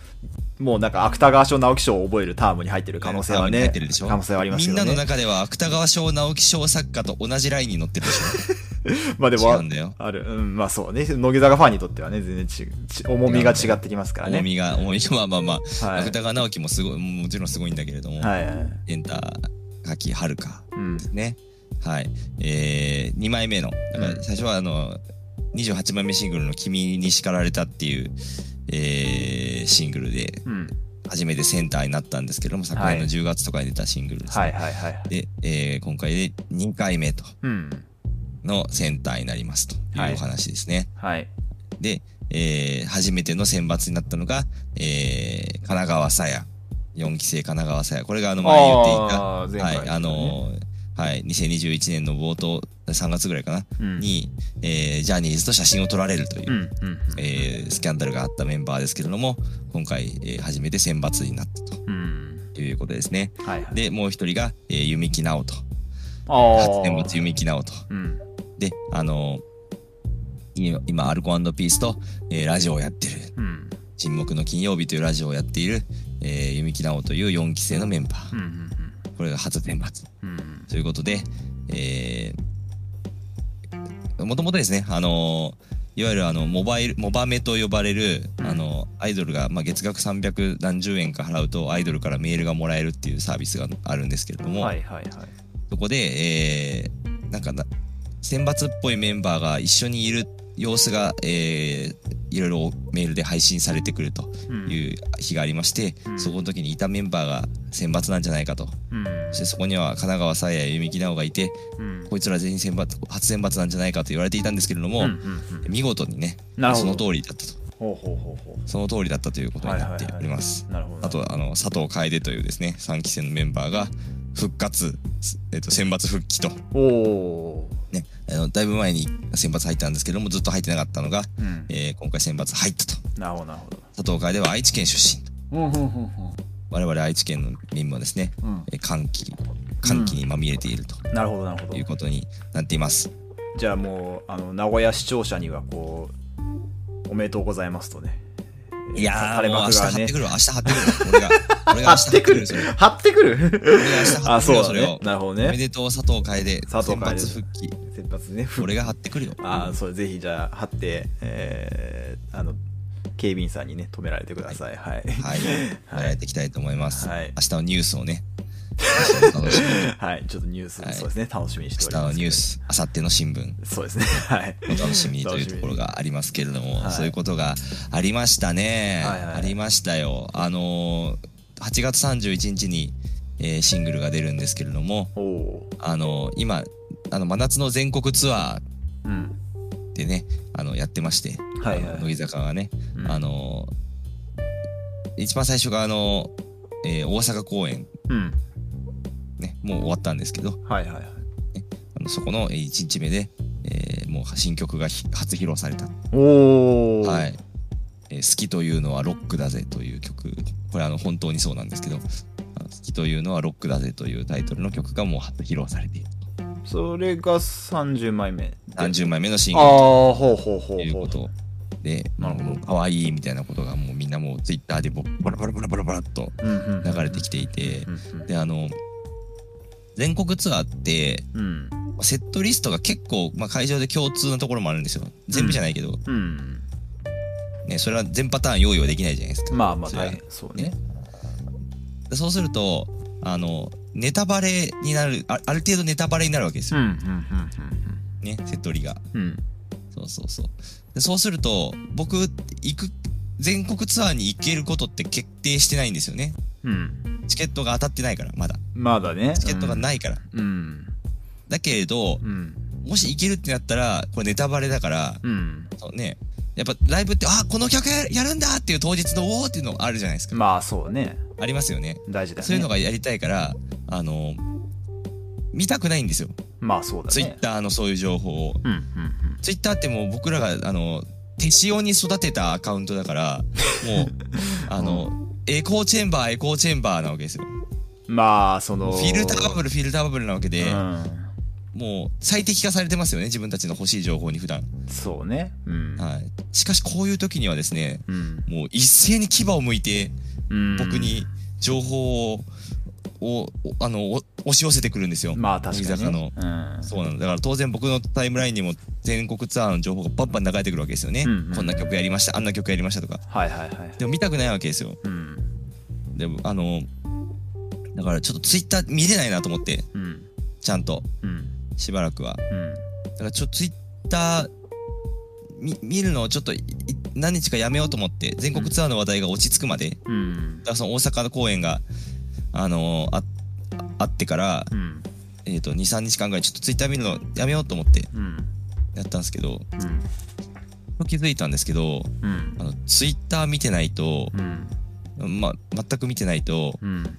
[SPEAKER 1] もうなんか芥川賞直木賞を覚えるタームに入ってる可能性は
[SPEAKER 2] 入
[SPEAKER 1] ね、
[SPEAKER 2] ってるでしょ
[SPEAKER 1] 可能性はあります
[SPEAKER 2] み
[SPEAKER 1] け
[SPEAKER 2] ん
[SPEAKER 1] ど
[SPEAKER 2] なの
[SPEAKER 1] ね。
[SPEAKER 2] 中では芥川賞直木賞作家と同じラインに乗ってるでし
[SPEAKER 1] まあで
[SPEAKER 2] ょ
[SPEAKER 1] も
[SPEAKER 2] 違う、んだよ。
[SPEAKER 1] ある、うん、まあそうね、乃木坂ファンにとってはね、全然ちち重みが違ってきますから
[SPEAKER 2] 重
[SPEAKER 1] ね。
[SPEAKER 2] みが、重みが、まあまあまあ、
[SPEAKER 1] はい
[SPEAKER 2] 芥川直樹もすごい、もちろんすごいんだけれども、
[SPEAKER 1] はいはい。
[SPEAKER 2] センター柿遥香。
[SPEAKER 1] うん
[SPEAKER 2] で。すね。はい。えー、2枚目の、だから
[SPEAKER 1] うん
[SPEAKER 2] 最初はあの、28枚目シングルの君に叱られたっていう、えー、シングルで、
[SPEAKER 1] うん。
[SPEAKER 2] 初めてセンターになったんですけども、昨年の10月とかに出たシングルですね。
[SPEAKER 1] はいはいはい。
[SPEAKER 2] で、えー今回で2回目と
[SPEAKER 1] うん。
[SPEAKER 2] のセンターになりますと
[SPEAKER 1] はいいう
[SPEAKER 2] お話ですね。
[SPEAKER 1] はい
[SPEAKER 2] で、えー初めての選抜になったのが、えー神奈川さや。4期生神奈川さや。これがあの前言っていた、
[SPEAKER 1] あー前
[SPEAKER 2] は
[SPEAKER 1] 回
[SPEAKER 2] い、あのーはい、2021年の冒頭、3月ぐらいかな、
[SPEAKER 1] うん
[SPEAKER 2] に、えージャニーズと写真を撮られるというう、
[SPEAKER 1] んうん
[SPEAKER 2] えースキャンダルがあったメンバーですけれども、今回、えー初めて選抜になったと
[SPEAKER 1] うん
[SPEAKER 2] いうことですね。
[SPEAKER 1] はいはい
[SPEAKER 2] で、もう一人が、えー、弓木直人。
[SPEAKER 1] あー
[SPEAKER 2] 初選抜弓木直人。
[SPEAKER 1] うん
[SPEAKER 2] で、あのーい今、アルコピースと、えーラジオをやってる。
[SPEAKER 1] うん
[SPEAKER 2] 沈黙の金曜日というラジオをやっている、えー、弓木直という4期生のメンバ
[SPEAKER 1] う
[SPEAKER 2] ー。
[SPEAKER 1] んうん
[SPEAKER 2] これが初選抜。
[SPEAKER 1] うんうん
[SPEAKER 2] ということで、えもともとですね、あのーいわゆるあの、モバイル、モバメと呼ばれる、あの、アイドルが、まあ、月額300何十円か払うと、アイドルからメールがもらえるっていうサービスがあるんですけれども、
[SPEAKER 1] はいはいはい
[SPEAKER 2] そこで、えーなんかな、選抜っぽいメンバーが一緒にいる様子が、えーいろいろメールで配信されてくると
[SPEAKER 1] うん
[SPEAKER 2] いう日がありまして、
[SPEAKER 1] うん
[SPEAKER 2] そこの時にいたメンバーが選抜なんじゃないかと。
[SPEAKER 1] うん
[SPEAKER 2] そしてそこには神奈川さや、弓木奈緒がいて、
[SPEAKER 1] うん
[SPEAKER 2] こいつら全員選抜、初選抜なんじゃないかと言われていたんですけれども、
[SPEAKER 1] うんうんうん
[SPEAKER 2] 見事にね、
[SPEAKER 1] なるほ
[SPEAKER 2] そ
[SPEAKER 1] ど
[SPEAKER 2] の通りだったと。
[SPEAKER 1] ほうほうほうほ
[SPEAKER 2] その通りだったということになっております。
[SPEAKER 1] うなるほど
[SPEAKER 2] あとはあの、佐藤楓というですね、3期生のメンバーが復活、えっと、選抜復帰と。
[SPEAKER 1] おお
[SPEAKER 2] ね、あのだいぶ前に選抜入ったんですけどもずっと入ってなかったのが、
[SPEAKER 1] ーうん
[SPEAKER 2] えー今回選抜入ったと
[SPEAKER 1] なるほどなるほど
[SPEAKER 2] 佐藤楓は愛知県出身
[SPEAKER 1] うんうんうん
[SPEAKER 2] 我々愛知県の民もですね、
[SPEAKER 1] うん
[SPEAKER 2] えー歓喜歓喜にまみれていると
[SPEAKER 1] うんなるほどなるほ
[SPEAKER 2] いう
[SPEAKER 1] ど
[SPEAKER 2] ことになっています、
[SPEAKER 1] じゃあもうあの名古屋視聴者にはこうおめでとうございますとね
[SPEAKER 2] いや
[SPEAKER 1] 垂
[SPEAKER 2] ー
[SPEAKER 1] れ
[SPEAKER 2] もう明
[SPEAKER 1] 幕
[SPEAKER 2] 日
[SPEAKER 1] が
[SPEAKER 2] 貼っ
[SPEAKER 1] ね
[SPEAKER 2] てくるわ明日貼って くるわ俺が俺が明
[SPEAKER 1] 貼
[SPEAKER 2] 日貼
[SPEAKER 1] っ
[SPEAKER 2] って
[SPEAKER 1] て
[SPEAKER 2] く
[SPEAKER 1] く
[SPEAKER 2] る
[SPEAKER 1] る
[SPEAKER 2] それ
[SPEAKER 1] 貼ってくる
[SPEAKER 2] 俺が明日貼
[SPEAKER 1] あ
[SPEAKER 2] ってく
[SPEAKER 1] そ
[SPEAKER 2] る
[SPEAKER 1] うだ
[SPEAKER 2] よそれを
[SPEAKER 1] ねなるほど
[SPEAKER 2] おめ
[SPEAKER 1] ね
[SPEAKER 2] でとう佐藤楓
[SPEAKER 1] 佐藤
[SPEAKER 2] 選
[SPEAKER 1] 楓
[SPEAKER 2] 抜復帰
[SPEAKER 1] 先発ね
[SPEAKER 2] 俺が貼ってくるよ
[SPEAKER 1] ああそれぜひじゃあ貼ってえーあの警備員さんにね止められてくださいはい
[SPEAKER 2] はいやっていきたいと思います、
[SPEAKER 1] はい
[SPEAKER 2] 明日のニュース をね明日の楽しみに
[SPEAKER 1] はいちょっとニュース
[SPEAKER 2] はい
[SPEAKER 1] そうですね楽しみにしておりま
[SPEAKER 2] 明日の
[SPEAKER 1] す
[SPEAKER 2] ニュース明後日の新聞
[SPEAKER 1] そうですねはい
[SPEAKER 2] お楽しみにというところがありますけれども、
[SPEAKER 1] はい
[SPEAKER 2] そういうことがありましたね、
[SPEAKER 1] はいはい
[SPEAKER 2] ありましたよあのー8月31日に、えーシングルが出るんですけれども
[SPEAKER 1] おお
[SPEAKER 2] あのー今あの真夏の全国ツア
[SPEAKER 1] ーうん
[SPEAKER 2] ーでねあのやってまして、
[SPEAKER 1] はいはい
[SPEAKER 2] あの乃木坂がね、
[SPEAKER 1] うん
[SPEAKER 2] あのー一番最初があのー、えー大阪公演
[SPEAKER 1] うん
[SPEAKER 2] ねもう終わったんですけど
[SPEAKER 1] はいはいはい
[SPEAKER 2] あのそこの1日目で、えーもう新曲がひ初披露された
[SPEAKER 1] おお
[SPEAKER 2] はい。えー好きというのはロックだぜという曲。これあの本当にそうなんですけど、あの好きというのはロックだぜというタイトルの曲がもう披露されている。
[SPEAKER 1] それが30枚目
[SPEAKER 2] 30枚目のシン
[SPEAKER 1] あ
[SPEAKER 2] グル
[SPEAKER 1] あほうほうほうほ
[SPEAKER 2] と
[SPEAKER 1] う
[SPEAKER 2] いうことで、
[SPEAKER 1] なるほど
[SPEAKER 2] かわいいみたいなことがもうみんなもうツイッターでボバラバラバラバラバラっと
[SPEAKER 1] うんうん
[SPEAKER 2] 流れてきていて
[SPEAKER 1] う、んうん
[SPEAKER 2] で、あの、全国ツアーって、
[SPEAKER 1] うん
[SPEAKER 2] セットリストが結構、まあ、会場で共通なところもあるんですよ。全部じゃないけど、
[SPEAKER 1] うん
[SPEAKER 2] ね、それは全パターン用意はできないじゃないですか。
[SPEAKER 1] まあまあ
[SPEAKER 2] それは
[SPEAKER 1] 大変そうね
[SPEAKER 2] ねでそうすると、あの、ネタバレになる、あある程度ネタバレになるわけです
[SPEAKER 1] うん
[SPEAKER 2] よ。
[SPEAKER 1] うん
[SPEAKER 2] ね、セットリが。
[SPEAKER 1] うんうんうん
[SPEAKER 2] そうそうそう。でそうすると、僕、行く、全国ツアーに行けることって決定してないんですよね。
[SPEAKER 1] うんうん
[SPEAKER 2] チケットが当たってないから、まだ。
[SPEAKER 1] まだね
[SPEAKER 2] チケットがないいから。
[SPEAKER 1] うん
[SPEAKER 2] だけれど
[SPEAKER 1] う、ん
[SPEAKER 2] もし行けるってなったら、これネタバレだから、
[SPEAKER 1] うん
[SPEAKER 2] そうね、やっぱライブって、あ、この曲ややるんだっていう当日のおーっていうのあるじゃないですか。
[SPEAKER 1] まあそうね
[SPEAKER 2] ありますよね。
[SPEAKER 1] 大事だね
[SPEAKER 2] そういうのがやりたいから、あの、見たくないんですよ。
[SPEAKER 1] まあそうだね
[SPEAKER 2] ツイッターのそういう情報を。
[SPEAKER 1] うんうん
[SPEAKER 2] ツイッターってもう僕らが、あの、手塩に育てたアカウントだ から、もう、あの、エコーチェンバー、エコーチェンバーなわけですよ。
[SPEAKER 1] うんまあそ
[SPEAKER 2] フ
[SPEAKER 1] の
[SPEAKER 2] ィルターバブル、フィルターバブルなわけで、
[SPEAKER 1] う
[SPEAKER 2] もう最適化されてますよね、自分たちの欲しい情報に普段。
[SPEAKER 1] んそうねうん
[SPEAKER 2] はい。しかしこういう時にはですね、
[SPEAKER 1] うん
[SPEAKER 2] もう一斉に牙を向いて、
[SPEAKER 1] うん
[SPEAKER 2] 僕に情報を、をおあの、お押し寄せてくるんですよ。
[SPEAKER 1] まあ確かにね
[SPEAKER 2] 乃木
[SPEAKER 1] うん
[SPEAKER 2] そうなの。だから当然僕のタイムラインにも全国ツアーの情報がバンバン流れてくるわけですよね。
[SPEAKER 1] うんうん
[SPEAKER 2] こんな曲やりました、あんな曲やりましたとか。
[SPEAKER 1] はいはいはい
[SPEAKER 2] でも見たくないわけですよ。
[SPEAKER 1] うん
[SPEAKER 2] でも、あの、だからちょっとツイッター見れないなと思って、
[SPEAKER 1] うん
[SPEAKER 2] ちゃんと、
[SPEAKER 1] うん
[SPEAKER 2] しばらくは。
[SPEAKER 1] うん
[SPEAKER 2] だからちょっとツイッター、み見るのをちょっといい何日かやめようと思って、全国ツアーの話題が落ち着くまで、だか
[SPEAKER 1] うん
[SPEAKER 2] らその大阪の公演が、あのああってから、
[SPEAKER 1] うん
[SPEAKER 2] ええっ、と、2、3日間ぐらいちょっとツイッター見るのやめようと思って
[SPEAKER 1] うん
[SPEAKER 2] やったんですけど、気づいたんですけど、
[SPEAKER 1] うん
[SPEAKER 2] あの、ツイッター見てないと、
[SPEAKER 1] うん
[SPEAKER 2] ま、全く見てないと、
[SPEAKER 1] うん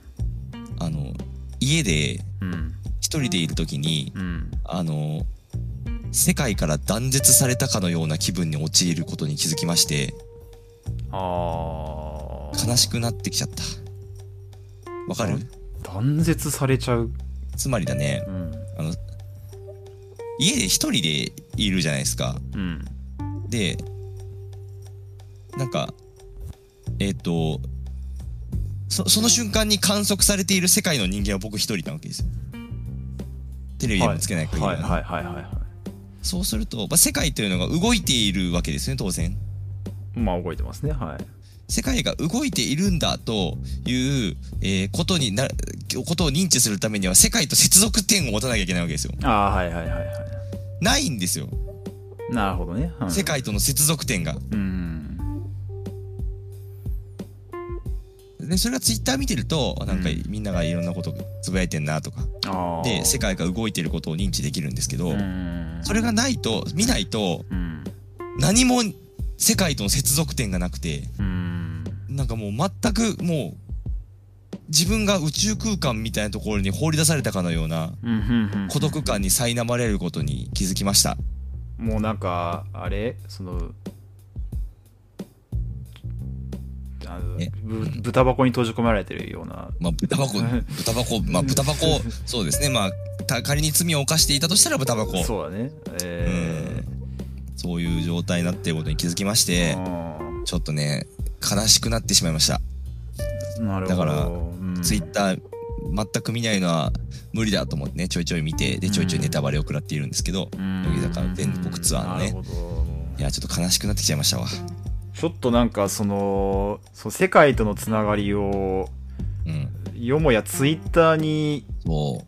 [SPEAKER 2] あの、家で
[SPEAKER 1] うん
[SPEAKER 2] 一人でいるときに、
[SPEAKER 1] うん
[SPEAKER 2] あの、世界から断絶されたかのような気分に陥ることに気づきまして、
[SPEAKER 1] あー
[SPEAKER 2] 悲しくなってきちゃった。わかる
[SPEAKER 1] うん断絶されちゃう
[SPEAKER 2] つまりだね、
[SPEAKER 1] うん
[SPEAKER 2] あの、家で一人でいるじゃないですか。
[SPEAKER 1] うん
[SPEAKER 2] で、なんか、えっ、と、そその瞬間に観測されている世界の人間は僕一人なわけですよ。テレビでもつけない限りは
[SPEAKER 1] は
[SPEAKER 2] ね
[SPEAKER 1] いはいはいはいは
[SPEAKER 2] そうすると、まあ、世界というのが動いているわけですよね、当然。
[SPEAKER 1] いまあ動いてますねはい
[SPEAKER 2] 世界が動いているんだという、えーことにな、ことを認知するためには世界と接続点を持たなきゃいけないわけですよ。
[SPEAKER 1] ああはいはいはいは
[SPEAKER 2] ないんですよ。
[SPEAKER 1] いなるほどね、うん、
[SPEAKER 2] 世界との接続点が。
[SPEAKER 1] うん
[SPEAKER 2] で、それがツイッター見てると、なんか
[SPEAKER 1] うん
[SPEAKER 2] みんながいろんなことつぶやいてんなとか、
[SPEAKER 1] ああ
[SPEAKER 2] で、世界が動いていることを認知できるんですけど
[SPEAKER 1] う、ん
[SPEAKER 2] それがないと、見ないと、
[SPEAKER 1] うん
[SPEAKER 2] 何も世界との接続点がなくて、
[SPEAKER 1] うん
[SPEAKER 2] なんかもう全くもう、自分が宇宙空間みたいなところに放り出されたかのような
[SPEAKER 1] うんうんうん
[SPEAKER 2] 孤独感に苛まれることに気づきました。
[SPEAKER 1] もうなんかあれそのあの
[SPEAKER 2] え
[SPEAKER 1] ぶ豚箱に閉じ込められてるような
[SPEAKER 2] まあ、豚箱、 豚箱、まあ、豚箱、そうですね。まあ、た仮に罪を犯していたとしたら豚箱。
[SPEAKER 1] そうだねえ
[SPEAKER 2] そういう状態になっていることに気づきまし
[SPEAKER 1] え
[SPEAKER 2] て、
[SPEAKER 1] ー
[SPEAKER 2] ちょっとね、悲しくなってしまいました。
[SPEAKER 1] なるほど
[SPEAKER 2] だから
[SPEAKER 1] うん
[SPEAKER 2] ツイッター全く見ないのは無理だと思ってね、ちょいちょい見て、で、ちょいちょいネタバレを食らっているんですけど、
[SPEAKER 1] うん
[SPEAKER 2] 乃木坂全国ツアーの
[SPEAKER 1] なる
[SPEAKER 2] ね、
[SPEAKER 1] ほど
[SPEAKER 2] いや、ちょっと悲しくなってきちゃいましたわ。
[SPEAKER 1] ちょっとなんかそのそう世界とのつながりを
[SPEAKER 2] うん。
[SPEAKER 1] よもやツイッターに
[SPEAKER 2] そう。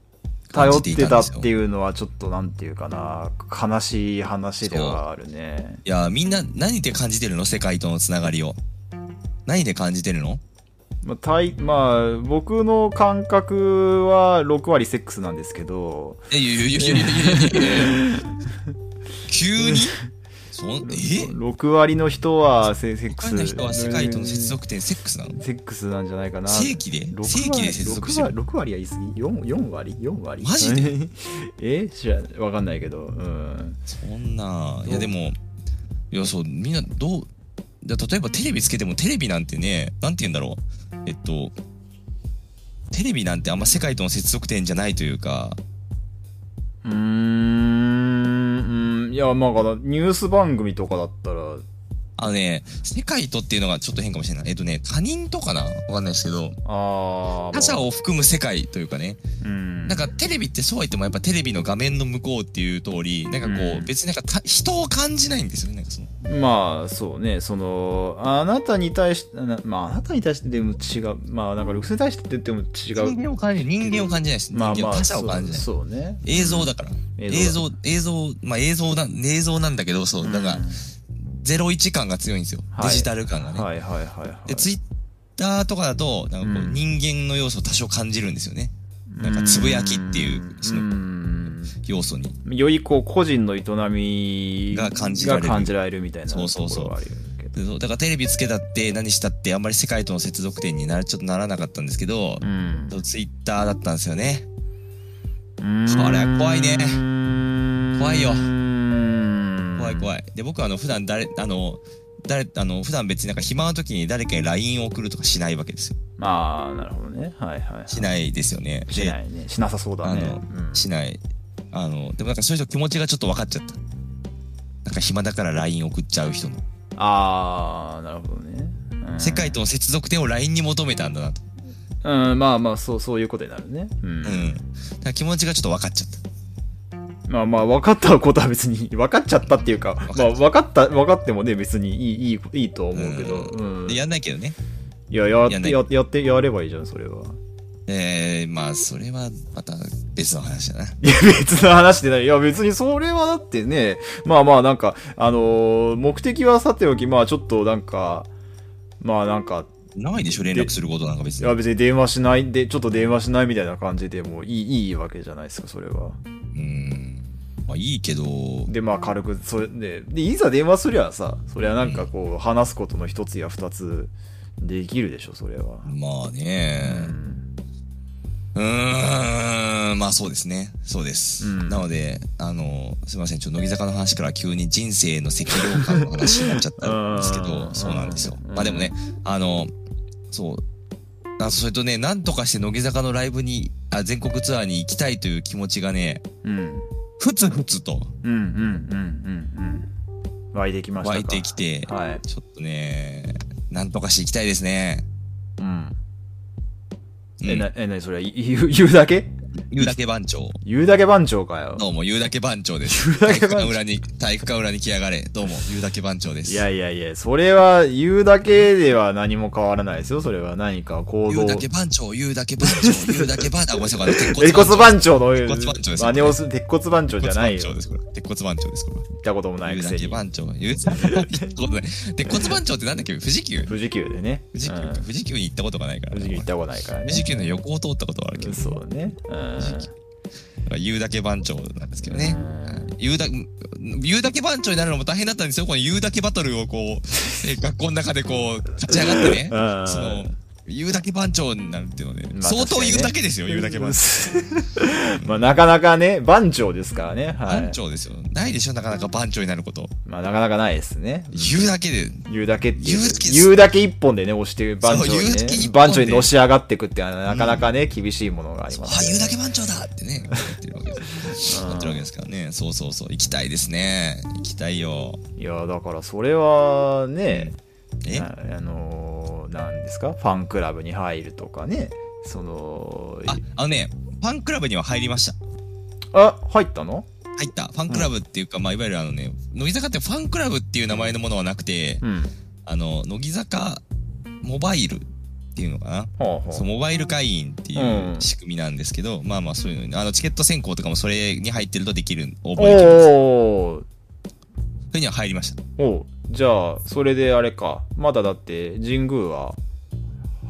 [SPEAKER 1] 頼ってたって
[SPEAKER 2] う。
[SPEAKER 1] いうのはちょっとなんていうかな悲しい話ではあるね
[SPEAKER 2] いや、みんな何で感じてるの世界とのつながりを。何で感じてるの
[SPEAKER 1] まあ、たいまあ僕の感覚は6割セックスなんですけど
[SPEAKER 2] え、ゆゆゆゆゆゆ急にそん、え
[SPEAKER 1] 6割の人はセセック
[SPEAKER 2] 他
[SPEAKER 1] ス
[SPEAKER 2] の人は世界との接続点セックスなの
[SPEAKER 1] セックスなんじゃないかな
[SPEAKER 2] 正規で
[SPEAKER 1] 六
[SPEAKER 2] 正
[SPEAKER 1] 割
[SPEAKER 2] 規で接続
[SPEAKER 1] 六
[SPEAKER 2] して
[SPEAKER 1] 割
[SPEAKER 2] る
[SPEAKER 1] 6割は言い過ぎ 4, 4割4割
[SPEAKER 2] マジ
[SPEAKER 1] でえ 知らわかんないけどうん
[SPEAKER 2] そんな
[SPEAKER 1] どう
[SPEAKER 2] いやでもいやそうみんなどうだ例えばテレビつけてもテレビなんてねなんて言うんだろうえっとテレビなんてあんま世界との接続点じゃないというか
[SPEAKER 1] うーんうんいやまあだからニュース番組とかだったら
[SPEAKER 2] あのね世界とっていうのがちょっと変かもしれないえっとね他人とかなわかんないですけど
[SPEAKER 1] あー
[SPEAKER 2] 他者を含む世界というかね
[SPEAKER 1] うん
[SPEAKER 2] なんかテレビってそうは言ってもやっぱテレビの画面の向こうっていう通りなんかこ
[SPEAKER 1] うん
[SPEAKER 2] う別になんかた人を感じないんですよねなんかその
[SPEAKER 1] まあそうねそのあなたに対してなまああなたに対してでも違うまあなんかルクスに対してって言っても違
[SPEAKER 2] 人
[SPEAKER 1] う
[SPEAKER 2] 間を感じない人間を感じないです人
[SPEAKER 1] まあ
[SPEAKER 2] 間
[SPEAKER 1] ま
[SPEAKER 2] を
[SPEAKER 1] あ
[SPEAKER 2] 他者を感じない
[SPEAKER 1] そうそうね
[SPEAKER 2] 映像だから。
[SPEAKER 1] 映
[SPEAKER 2] 映
[SPEAKER 1] 像
[SPEAKER 2] 像、映像、まあ映像だ、映像なんだけど、そう、だから、ゼロ一感が強いんですよ。
[SPEAKER 1] はい
[SPEAKER 2] デジタル感が
[SPEAKER 1] うん
[SPEAKER 2] ね。
[SPEAKER 1] はいはいはいはい
[SPEAKER 2] で、ツイッターとかだと、なんかこ
[SPEAKER 1] う
[SPEAKER 2] う、
[SPEAKER 1] ん
[SPEAKER 2] 人間の要素を多少感じるんですよね。なんかつぶやきっていうんその
[SPEAKER 1] うん
[SPEAKER 2] 要素に。
[SPEAKER 1] よりこう個人の営み
[SPEAKER 2] が感じられる
[SPEAKER 1] が感じられるみたいなと
[SPEAKER 2] そうそう
[SPEAKER 1] こ
[SPEAKER 2] そう
[SPEAKER 1] ろはあるけど
[SPEAKER 2] でそうだからテレビつけたって何したってあんまり世界との接続点にならちょっとならなかったんですけど、
[SPEAKER 1] うん
[SPEAKER 2] ツイッターだったんですよね。
[SPEAKER 1] こ
[SPEAKER 2] れは怖いね怖いよ
[SPEAKER 1] 怖
[SPEAKER 2] 怖い
[SPEAKER 1] い
[SPEAKER 2] 怖い。で、僕はあの、普段誰、あの、誰、あの、普段別になんか暇な時に誰かに LINE を送るとかしないわけですよ。
[SPEAKER 1] まあなるほどねはいはいはい
[SPEAKER 2] しないですよね。
[SPEAKER 1] しないねしなさそうだね
[SPEAKER 2] あの
[SPEAKER 1] うん
[SPEAKER 2] しない。あの、でもなんかそういう人気持ちがちょっと分かっちゃった。なんか暇だから LINE 送っちゃう人の。
[SPEAKER 1] ああなるほどね、うん
[SPEAKER 2] 世界との接続点を LINE に求めたんだなと。
[SPEAKER 1] うんまあまあそうそういうことになるねうん、
[SPEAKER 2] うん。だから気持ちがちょっと分かっちゃった。
[SPEAKER 1] まあまあ分かったことは別に 分かっちゃったっていうかまあ分かった分かってもね別にいいいいいいとは思うけど、うん
[SPEAKER 2] でやんないけどね。
[SPEAKER 1] いやや
[SPEAKER 2] や
[SPEAKER 1] や
[SPEAKER 2] んない
[SPEAKER 1] やってやればいいじゃんそれは
[SPEAKER 2] えー、まあ、それはまた別の話だな。
[SPEAKER 1] いや別の話でないいや別にそれはだってねまあまあなんかあのー目的はさておきまあちょっとなんかまあなんか
[SPEAKER 2] ないでしょ連絡することなんか別
[SPEAKER 1] い
[SPEAKER 2] に
[SPEAKER 1] や別に電話しないでちょっと電話しないみたいな感じでもういいいいわけじゃないですかそれは
[SPEAKER 2] うんまあいいけど
[SPEAKER 1] でまあ軽くそれででいざ電話すりゃさそれはなんかこう話すことの一つや二つできるでしょそれは、
[SPEAKER 2] まあ
[SPEAKER 1] う
[SPEAKER 2] ね
[SPEAKER 1] ん
[SPEAKER 2] うーんまあそうですねそうです、
[SPEAKER 1] うん
[SPEAKER 2] なのであのすいませんちょっと乃木坂の話から急に人生の赤涼感の話になっちゃったんですけ
[SPEAKER 1] う
[SPEAKER 2] ど
[SPEAKER 1] ん
[SPEAKER 2] そうなんですよ
[SPEAKER 1] うん
[SPEAKER 2] まあでもねあのそうあそれとねなんとかして乃木坂のライブにあ全国ツアーに行きたいという気持ちがね
[SPEAKER 1] うん、
[SPEAKER 2] ふつふつと
[SPEAKER 1] うんうんうんうんうん湧いてきました
[SPEAKER 2] 湧
[SPEAKER 1] か
[SPEAKER 2] いてきて
[SPEAKER 1] はい
[SPEAKER 2] ちょっとねなんとかしていきたいですね、
[SPEAKER 1] うん
[SPEAKER 2] うん
[SPEAKER 1] え、な、え、なにそれ、い言う、言うだけ
[SPEAKER 2] 言うだけ番長
[SPEAKER 1] 言うだけ番長かよ。
[SPEAKER 2] どうも、言うだけ番長です。
[SPEAKER 1] 言うだけ番長
[SPEAKER 2] 体育館裏に、体育館裏に来やがれ。どうも、言うだけ番長です。
[SPEAKER 1] いやいやいや、それは言うだけでは何も変わらないですよ。それは何か行動。
[SPEAKER 2] 言うだけ番長、言うだけ番 長、言うだけ番長、あ、ごめんなさい、これ鉄
[SPEAKER 1] 鉄骨番長の、
[SPEAKER 2] 鉄骨番長です
[SPEAKER 1] 真似をする鉄骨番長じゃないよ。
[SPEAKER 2] 鉄
[SPEAKER 1] 行
[SPEAKER 2] 骨番長です、これ。鉄骨番長です、こ
[SPEAKER 1] ったこともな
[SPEAKER 2] れ。
[SPEAKER 1] い
[SPEAKER 2] 言
[SPEAKER 1] く
[SPEAKER 2] うだ
[SPEAKER 1] せ
[SPEAKER 2] け
[SPEAKER 1] に。
[SPEAKER 2] 番長、言うだけ番長。鉄骨番長ってなんだっけ富士急富
[SPEAKER 1] 富士急でね。
[SPEAKER 2] 士急
[SPEAKER 1] う
[SPEAKER 2] か、
[SPEAKER 1] ん
[SPEAKER 2] 富士急に行ったことがないから。
[SPEAKER 1] 富士急行ったことないからね。
[SPEAKER 2] 富士急の横を通ったことはあるけど、
[SPEAKER 1] そうね。うん。
[SPEAKER 2] だから言うだけ番長なんですけどね。
[SPEAKER 1] うん
[SPEAKER 2] 言うだ、言うだけ番長になるのも大変だったんですよ。この言うだけバトルをこう、え学校の中でこう、勝ち上がってね。
[SPEAKER 1] うん
[SPEAKER 2] その、言うだけ番長になるっていうので、
[SPEAKER 1] まあ
[SPEAKER 2] 相当
[SPEAKER 1] 確かにね
[SPEAKER 2] 言うだけですよ、言うだけ番長。
[SPEAKER 1] うん まあ、なかなかね、番長ですからね。は
[SPEAKER 2] 番
[SPEAKER 1] い。
[SPEAKER 2] 長ですよ。ないでしょ、なかなか番長になること。
[SPEAKER 1] まあ、なかなかないですね。うん
[SPEAKER 2] 言うだけで、
[SPEAKER 1] 言うだけっていう
[SPEAKER 2] 言うだけ
[SPEAKER 1] 言うだけ一本でね押して番長
[SPEAKER 2] そう言
[SPEAKER 1] に
[SPEAKER 2] うだけ
[SPEAKER 1] ね
[SPEAKER 2] 一本で
[SPEAKER 1] 番長にのし上がっていくっていうのはなかなかね、厳しいものがあり
[SPEAKER 2] あ
[SPEAKER 1] ま、す
[SPEAKER 2] 言うだけ番長だってね、こうやってるわけです。
[SPEAKER 1] うん
[SPEAKER 2] なってるわけですからね。そうそうそう。行きたいですね。行きたいよ。
[SPEAKER 1] いやだからそれはね
[SPEAKER 2] え
[SPEAKER 1] なあのーなんですかファンクラブに入るとかねその
[SPEAKER 2] あ、あのね、ファンクラブには入りました。
[SPEAKER 1] あ入ったの
[SPEAKER 2] 入った。ファンクラブっていうか、まあ、いわゆるあのね、乃木坂ってファンクラブっていう名前のものはなくて、
[SPEAKER 1] うん
[SPEAKER 2] あの、乃木坂モバイルっていうのかな。
[SPEAKER 1] はあは
[SPEAKER 2] そうモバイル会員っていううん仕組みなんですけど、まあまあそういうのあのチケット選考とかもそれに入ってるとできる応
[SPEAKER 1] あ
[SPEAKER 2] 募できるんです
[SPEAKER 1] おー
[SPEAKER 2] それには入りました
[SPEAKER 1] おうじゃあそれであれかまだだって神宮は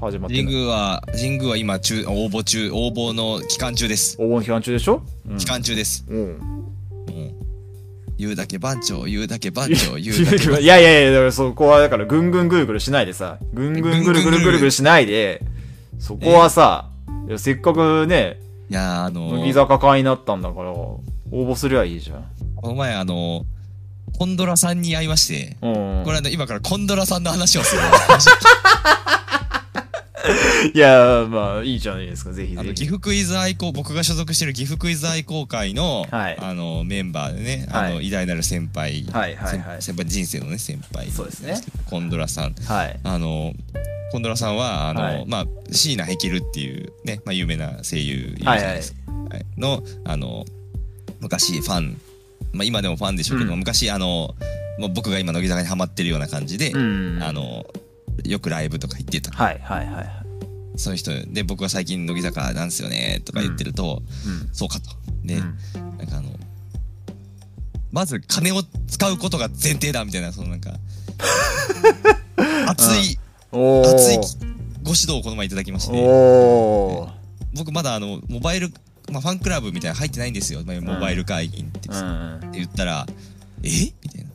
[SPEAKER 1] 始まってな
[SPEAKER 2] 神
[SPEAKER 1] い
[SPEAKER 2] 宮は神宮は今中応募中応募の期間中です
[SPEAKER 1] お盆期間中でしょ、うん
[SPEAKER 2] 期間中です、
[SPEAKER 1] うん
[SPEAKER 2] うん、言うだけ番長言うだけ番長言うだけ番
[SPEAKER 1] いやいやいや、だからそこはだからぐんぐんぐるぐるしないでさ、ぐんぐんぐるぐるぐるぐるしないで、そこはさ、いやせっかくね、
[SPEAKER 2] いやーあの
[SPEAKER 1] 乃木
[SPEAKER 2] ー、
[SPEAKER 1] 坂会になったんだから、応募すりゃいいじゃん。
[SPEAKER 2] この前あのー、コンドラさんに会いまして
[SPEAKER 1] うん
[SPEAKER 2] こ。れはね今からコンドラさんの話をす る
[SPEAKER 1] いや、まあ、いいじゃないですか、ぜひ
[SPEAKER 2] あ
[SPEAKER 1] ぜ
[SPEAKER 2] の岐
[SPEAKER 1] ひ。
[SPEAKER 2] 阜クイズ愛好僕が所属してる岐阜クイズ愛好会の、
[SPEAKER 1] はい
[SPEAKER 2] あのメンバーでね、あ
[SPEAKER 1] は
[SPEAKER 2] の偉大なる先輩、
[SPEAKER 1] はいはいはい
[SPEAKER 2] 先輩人生のね先輩
[SPEAKER 1] そうですね
[SPEAKER 2] コンドラさん
[SPEAKER 1] はい。
[SPEAKER 2] あのコンドラさんはあの、
[SPEAKER 1] はい
[SPEAKER 2] まあ椎名ヘケルっていうね、まあ、有名な声優いるじゃ
[SPEAKER 1] は
[SPEAKER 2] ないい
[SPEAKER 1] は
[SPEAKER 2] で
[SPEAKER 1] い
[SPEAKER 2] す。か、はいのあの昔ファン、まあ、今でもファンでしょうけど、
[SPEAKER 1] うん
[SPEAKER 2] 昔あのもう僕が今乃木坂にハマってるような感じで、
[SPEAKER 1] うん。
[SPEAKER 2] あのよくライブとか行ってた
[SPEAKER 1] はいはいはいはい。
[SPEAKER 2] その人で僕は最近乃木坂なんですよねとか言ってると、
[SPEAKER 1] うん
[SPEAKER 2] そうかと。で、
[SPEAKER 1] うん
[SPEAKER 2] なんかあの、まず金を使うことが前提だみたいな、そのな んか、熱い、
[SPEAKER 1] おー。
[SPEAKER 2] 熱いご指導をこの前いただきまして、
[SPEAKER 1] おー。
[SPEAKER 2] 僕まだあの、モバイル、まあ、ファンクラブみたいなの入ってないんですよ、まあモバイル会員って,、
[SPEAKER 1] う
[SPEAKER 2] って
[SPEAKER 1] ん。
[SPEAKER 2] 言ったら、えみたいな。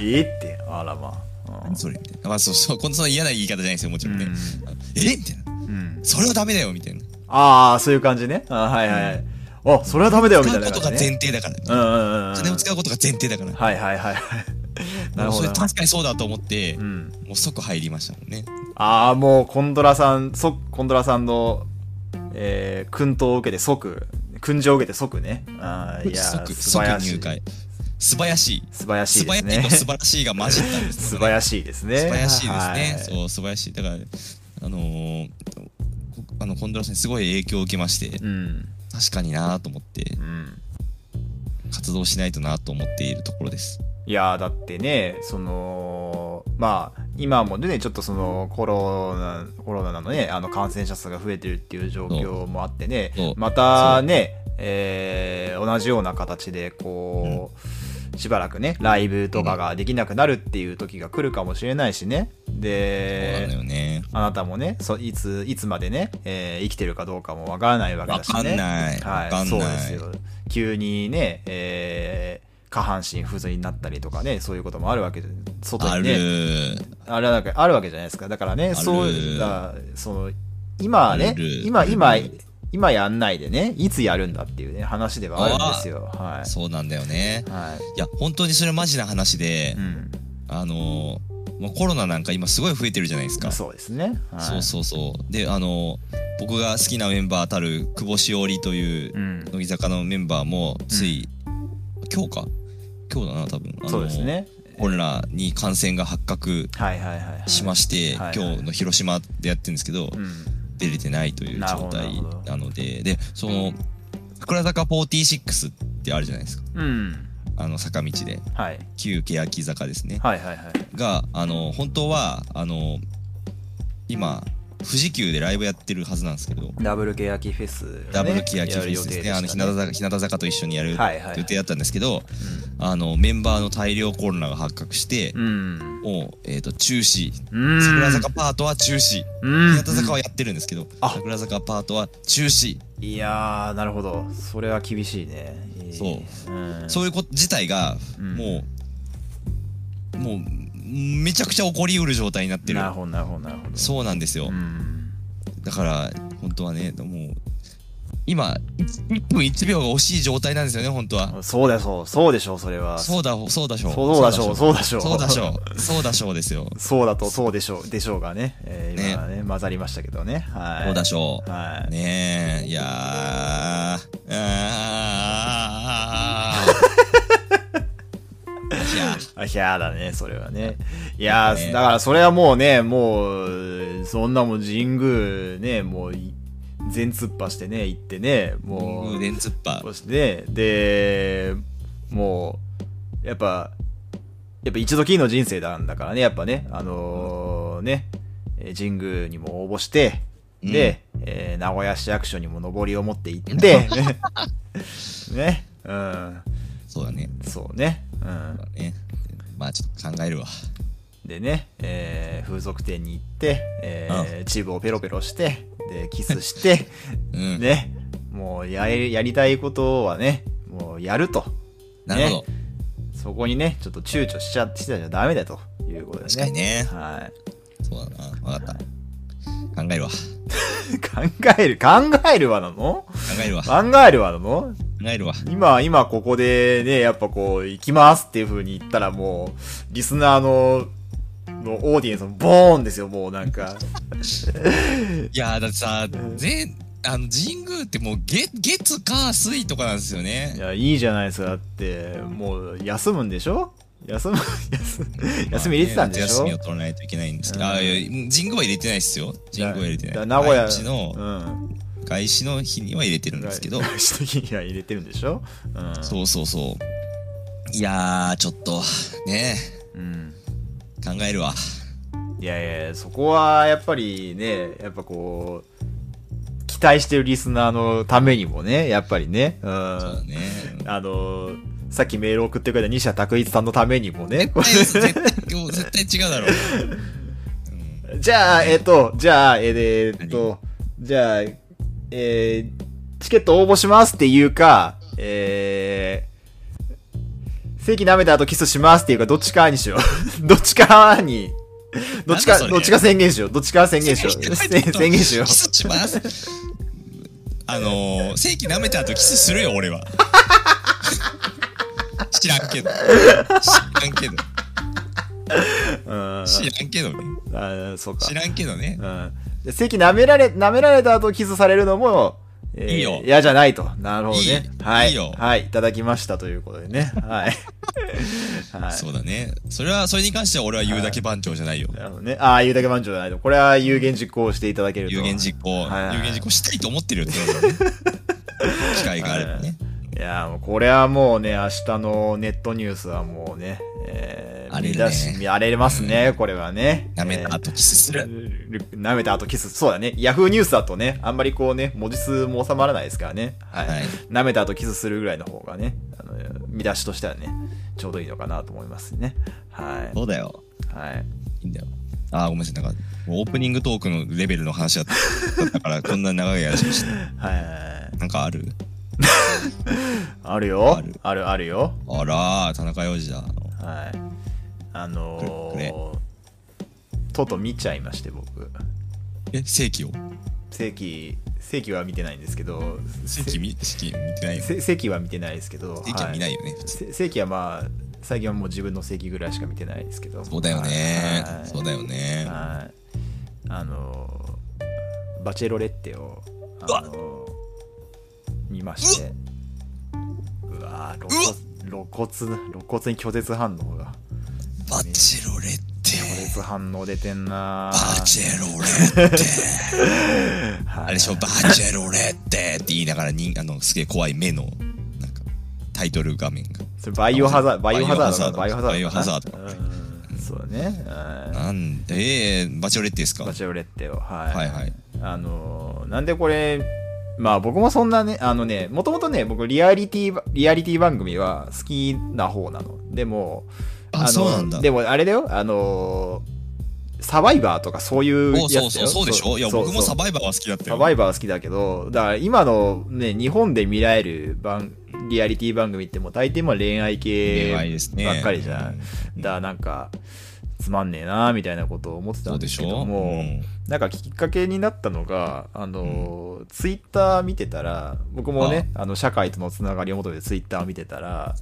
[SPEAKER 1] いいって、あらまあ。
[SPEAKER 2] 何それみたいな。まあそうそう、こんな嫌な言い方じゃないですよ、もち
[SPEAKER 1] う
[SPEAKER 2] ろんね。
[SPEAKER 1] ん。
[SPEAKER 2] えみたい
[SPEAKER 1] う
[SPEAKER 2] な。
[SPEAKER 1] ん。
[SPEAKER 2] それはダメだよ、みたいな。
[SPEAKER 1] ああ、そういう感じね。あはいはいはい。あ、それはダメだよ、み
[SPEAKER 2] 使
[SPEAKER 1] たいうな
[SPEAKER 2] ことが
[SPEAKER 1] 感
[SPEAKER 2] 前
[SPEAKER 1] じね。
[SPEAKER 2] 提だから。
[SPEAKER 1] うんうんうん。
[SPEAKER 2] 金を使うことが前提だから。
[SPEAKER 1] はいはいはいはい。なるほ
[SPEAKER 2] そ
[SPEAKER 1] ど
[SPEAKER 2] れ。確かにそうだと思って、
[SPEAKER 1] うん。
[SPEAKER 2] もう即入りましたもんね。
[SPEAKER 1] ああ、もう、コンドラさん、即、コンドラさんの、えー、訓導を受けて即、訓示を受けて即ね。ああ、いやー、
[SPEAKER 2] 即
[SPEAKER 1] 素
[SPEAKER 2] 即
[SPEAKER 1] 晴らし
[SPEAKER 2] 入
[SPEAKER 1] い。
[SPEAKER 2] 会素晴らしい
[SPEAKER 1] 素晴らし
[SPEAKER 2] 素
[SPEAKER 1] いですね
[SPEAKER 2] 晴らしいと。素晴らしいが混じったんです
[SPEAKER 1] 素
[SPEAKER 2] よ
[SPEAKER 1] 晴
[SPEAKER 2] ね
[SPEAKER 1] らしいですね。
[SPEAKER 2] 素晴らしいですね
[SPEAKER 1] は
[SPEAKER 2] そう素晴らしいだからあのーこあの近藤さんにすごい影響を受けまして
[SPEAKER 1] い。うん。
[SPEAKER 2] 確かになと思って
[SPEAKER 1] うん。
[SPEAKER 2] 活動しないとなと思っているところです
[SPEAKER 1] いやーだってね、その、まあ、今もね、ちょっとそのコロナ、コロナのね、あの感染者数が増えてるっていう状況もあってね
[SPEAKER 2] そう、
[SPEAKER 1] またね、えー同じような形で、こう、しばらくねライブとかができなくなるっていう時が来るかもしれないしね
[SPEAKER 2] そうなの
[SPEAKER 1] で
[SPEAKER 2] よね。
[SPEAKER 1] あなたもねそいついつまでね、えー生きてるかどうかもわからないわけ
[SPEAKER 2] わ
[SPEAKER 1] だしね
[SPEAKER 2] かんない。
[SPEAKER 1] は
[SPEAKER 2] わ
[SPEAKER 1] い、
[SPEAKER 2] かん
[SPEAKER 1] そう
[SPEAKER 2] な
[SPEAKER 1] で
[SPEAKER 2] い。
[SPEAKER 1] すよ急にね、えー下半身不随になったりとかねそういうこともあるわけで外
[SPEAKER 2] あ
[SPEAKER 1] に
[SPEAKER 2] る、
[SPEAKER 1] ねあれなんかあるわけじゃないですかだからね
[SPEAKER 2] る
[SPEAKER 1] そうだその今ね
[SPEAKER 2] ある
[SPEAKER 1] 今今
[SPEAKER 2] ある
[SPEAKER 1] 今やんないでねいつやるんだっていうね話ではあるんですよは
[SPEAKER 2] そうなんだよね
[SPEAKER 1] い。はい
[SPEAKER 2] や、本当にそれマジな話で
[SPEAKER 1] い、うん
[SPEAKER 2] あのー、もうコロナなんか今すごい増えてるじゃないですか。
[SPEAKER 1] そうですねはい
[SPEAKER 2] そうそうそう。で、あのー、僕が好きなメンバーたる久保しおりという
[SPEAKER 1] う、ん
[SPEAKER 2] 乃木坂のメンバーもつい、今日か今日だな多分あの
[SPEAKER 1] そうですね
[SPEAKER 2] コロナに感染が発覚
[SPEAKER 1] はいはいはいはい
[SPEAKER 2] しまして、
[SPEAKER 1] はいはい
[SPEAKER 2] 今日の広島でやってるんですけど、
[SPEAKER 1] うん
[SPEAKER 2] 出れてないという
[SPEAKER 1] なるほ
[SPEAKER 2] 状
[SPEAKER 1] ど
[SPEAKER 2] 態
[SPEAKER 1] なるほど
[SPEAKER 2] なのででその桜坂46ってあるじゃないですか
[SPEAKER 1] うん
[SPEAKER 2] あの坂道で
[SPEAKER 1] はい
[SPEAKER 2] 旧欅坂ですね
[SPEAKER 1] はいはいはい
[SPEAKER 2] があの本当はあの今富士急でライブやってるはずなんですけど
[SPEAKER 1] ダブルケヤキフェスね
[SPEAKER 2] ダブル欅フェスですね
[SPEAKER 1] や
[SPEAKER 2] あ
[SPEAKER 1] る予定
[SPEAKER 2] の日
[SPEAKER 1] でした
[SPEAKER 2] 向坂日向坂と一緒にやる
[SPEAKER 1] はいはいはい
[SPEAKER 2] 予定だったんですけど、あのメンバーの大量コロナが発覚して、
[SPEAKER 1] うん
[SPEAKER 2] もう、えー、と中止
[SPEAKER 1] うん
[SPEAKER 2] 桜坂パートは中止、
[SPEAKER 1] うん
[SPEAKER 2] 日向坂はやってるんですけど、
[SPEAKER 1] あ
[SPEAKER 2] 桜坂パートは中止、
[SPEAKER 1] いやーなるほどそれは厳しいね、
[SPEAKER 2] そう
[SPEAKER 1] うん、
[SPEAKER 2] そういうこと自体が、
[SPEAKER 1] うん
[SPEAKER 2] もうもうめちゃくちゃ起こりうる状態になってる
[SPEAKER 1] なるほどなるほどなるほど
[SPEAKER 2] そうなんですよ、
[SPEAKER 1] うん
[SPEAKER 2] だから本当はねもう今1分1秒が惜しい状態なんですよね本当は
[SPEAKER 1] そうだそうそうでしょうそれは
[SPEAKER 2] そうだそうだしょ
[SPEAKER 1] そうだしょうそうだしょう
[SPEAKER 2] そうだしょうそうだしょうですよ
[SPEAKER 1] そうだとそうでしょうでしょうがね、えー、
[SPEAKER 2] ね
[SPEAKER 1] 今はね混ざりましたけどねはい
[SPEAKER 2] そうだしょう
[SPEAKER 1] はい、
[SPEAKER 2] ねえ、いやー、あーいや
[SPEAKER 1] あひゃーだねそれはねいやー、
[SPEAKER 2] ね
[SPEAKER 1] だからそれはもうねもうそんなもん神宮ねもうい全突破してね行ってねもう
[SPEAKER 2] ー、連突破
[SPEAKER 1] そ。して、で、もう、やっぱ、やっぱ一度きりの人生なんだからね、やっぱね、あのーね、えー神宮にも応募して、で、えー名古屋市役所にも上りを持って行っ て、ね、うん、
[SPEAKER 2] そうだね。
[SPEAKER 1] そうね、うん
[SPEAKER 2] そう。だね。まあちょっと考えるわ。
[SPEAKER 1] でね、えー風俗店に行って、えーチーブをペロペロして、で、キスして、
[SPEAKER 2] うん。
[SPEAKER 1] ね、もうやりやりたいことはね、もうやると。
[SPEAKER 2] なるほど。
[SPEAKER 1] そこにね、ちょっと躊躇しちゃってたじゃダメだということでね。
[SPEAKER 2] 確かにね。
[SPEAKER 1] はい。
[SPEAKER 2] そうだな。わかった。考えるわ。考
[SPEAKER 1] 考える、考えるわなの
[SPEAKER 2] えるわ。考
[SPEAKER 1] 考えるわなの
[SPEAKER 2] えるわ。
[SPEAKER 1] 今、今ここでね、やっぱこう、行きますっていう風に言ったらもう、リスナーの、のオーディエンスのボーンですよ、もうなんか。
[SPEAKER 2] いやー、だってさ、全、あの、神宮ってもう月、月、火、水とかなんですよ
[SPEAKER 1] い
[SPEAKER 2] ね。
[SPEAKER 1] や、いいじゃないですか。だって、もう、休むんでしょ休む、休む、休み入れてたんでし
[SPEAKER 2] まあ
[SPEAKER 1] ょ
[SPEAKER 2] ね夏休みを取らないといけないんですけど、
[SPEAKER 1] うん
[SPEAKER 2] ああ、いや神宮は入れてないですよ。神宮は入れてな
[SPEAKER 1] だ
[SPEAKER 2] い。
[SPEAKER 1] 名古屋、
[SPEAKER 2] 毎日の
[SPEAKER 1] うん。
[SPEAKER 2] 開始の日には入れてるんですけ ど、
[SPEAKER 1] 外資的には入れてるんでしょうん。
[SPEAKER 2] そうそうそう。いやー、ちょっと、ね
[SPEAKER 1] うん。
[SPEAKER 2] 考えるわ。
[SPEAKER 1] いやいや、そこはやっぱりね、やっぱこう、期待してるリスナーのためにもね、やっぱりね、うん。
[SPEAKER 2] そうだ
[SPEAKER 1] あ
[SPEAKER 2] ね。
[SPEAKER 1] の、さっきメール送ってくれた西田拓一さんのためにもね、こ れ
[SPEAKER 2] 絶対、今日絶対違うだろう。うん
[SPEAKER 1] じゃあ、えっと、じゃあ、えーえっと、じゃあ、えーチケット応募しますっていうか、えー、席舐めた後キスしますっていうか、どっちかにしよう。 どっちかに、どっち
[SPEAKER 2] な
[SPEAKER 1] か、
[SPEAKER 2] んだそれ
[SPEAKER 1] どっちか宣言しよう。どっちか宣言しよう。せ宣言しよ
[SPEAKER 2] キスします。あのー、正規舐めた後キスするよ、俺は。 知らんけど。知らんけど。
[SPEAKER 1] う。うん。
[SPEAKER 2] 知らんけどね。
[SPEAKER 1] あそうか
[SPEAKER 2] 知。らんけどね。
[SPEAKER 1] うん。で席舐められ、舐められた後キスされるのも、えー
[SPEAKER 2] いいよ
[SPEAKER 1] 嫌じゃないと。なるほどね。
[SPEAKER 2] いい
[SPEAKER 1] はい。
[SPEAKER 2] いいよ
[SPEAKER 1] はい。いただきましたということでね。 はい。はい。
[SPEAKER 2] そうだね。それは、それに関しては俺は言うだけ番長じゃないよ。
[SPEAKER 1] なるほどね。ああ、言うだけ番長じゃないと。これは有言実行していただけると。
[SPEAKER 2] 有言実行、
[SPEAKER 1] はいはい
[SPEAKER 2] 有言実行したいと思ってるよ、常々ね機会があればね。
[SPEAKER 1] いやー、もうこれはもうね、明日のネットニュースはもうね、えー、
[SPEAKER 2] 荒れるね
[SPEAKER 1] 見出し、見荒れますね、これはね。
[SPEAKER 2] なめた
[SPEAKER 1] えー
[SPEAKER 2] 後キスする。
[SPEAKER 1] 舐めた後キス。そうだね。ヤフーニュースだとね、あんまりこうね、文字数も収まらないですからね。はい。
[SPEAKER 2] はい
[SPEAKER 1] 舐めた後キスするぐらいの方がね、あの見出しとしてはねちょうどいいのかなと思いますねはい
[SPEAKER 2] そうだよ。
[SPEAKER 1] はい
[SPEAKER 2] いいんだよ。あー、ごめんなさい。なんか、もうオープニングトークのレベルの話だったから、 こんな長いやつして。
[SPEAKER 1] はい
[SPEAKER 2] なんかある
[SPEAKER 1] あるよ
[SPEAKER 2] ある
[SPEAKER 1] あるあるよ
[SPEAKER 2] あらー、田中洋次だ。
[SPEAKER 1] はいあの
[SPEAKER 2] くれ
[SPEAKER 1] ー、とうとう見ちゃいまして僕
[SPEAKER 2] え、正規を
[SPEAKER 1] 正規正規は見てないんですけど
[SPEAKER 2] 正規見正規見てないよ。
[SPEAKER 1] せ正規は見てないですけど
[SPEAKER 2] 正規は見ないよね、普通。
[SPEAKER 1] せ正規はまあ最近はもう自分の正規ぐらいしか見てないですけど
[SPEAKER 2] そうだよね
[SPEAKER 1] は。い
[SPEAKER 2] そうだよね。
[SPEAKER 1] はいあのーバチェロレッテを、あのー見ましてうわー露骨露骨露骨に拒絶反応が
[SPEAKER 2] バチェロレッ
[SPEAKER 1] 拒
[SPEAKER 2] テ。
[SPEAKER 1] 絶反応出てんな
[SPEAKER 2] バチェロレッテ。
[SPEAKER 1] ェ、 はい
[SPEAKER 2] あれでしょ、バチェロレッテって言いながらに、あの、すげえ怖い目の、なんか、タイトル画面が。
[SPEAKER 1] それバイオハザードバイオハザード
[SPEAKER 2] バイオハザード
[SPEAKER 1] かなうんそうだねうん
[SPEAKER 2] なんで、ええバチェロレッテですか
[SPEAKER 1] バ
[SPEAKER 2] はい
[SPEAKER 1] チェロレッテをはい、
[SPEAKER 2] はい。
[SPEAKER 1] あのーなんでこれまあ僕もそんなねあのねもともとね僕リアリティばリアリティ番組は好きな方なのでも
[SPEAKER 2] あ
[SPEAKER 1] の
[SPEAKER 2] そうなんだ
[SPEAKER 1] でもあれだよあのーサバイバーとかそういう
[SPEAKER 2] お
[SPEAKER 1] やつだ
[SPEAKER 2] そ
[SPEAKER 1] よ
[SPEAKER 2] うそう、そうでしょいや、
[SPEAKER 1] そう
[SPEAKER 2] 僕も
[SPEAKER 1] そ
[SPEAKER 2] サ
[SPEAKER 1] う
[SPEAKER 2] バイバーは好きだったよ。
[SPEAKER 1] サバイバーは好きだけどだから今のね日本で見られる番リアリティ番組ってもう大抵まあ恋愛系
[SPEAKER 2] 恋愛ですね
[SPEAKER 1] ばっかりじゃん、
[SPEAKER 2] うん
[SPEAKER 1] だからなんかつまんねえなみたいなことを思って
[SPEAKER 2] そ
[SPEAKER 1] た
[SPEAKER 2] うんで
[SPEAKER 1] です
[SPEAKER 2] し
[SPEAKER 1] けど
[SPEAKER 2] ょ
[SPEAKER 1] も、
[SPEAKER 2] ん
[SPEAKER 1] なんかきっかけになったのが、あのーツイッター見てたら、僕もね、あの社会とのつながりを求めてツイッターを見てた ら、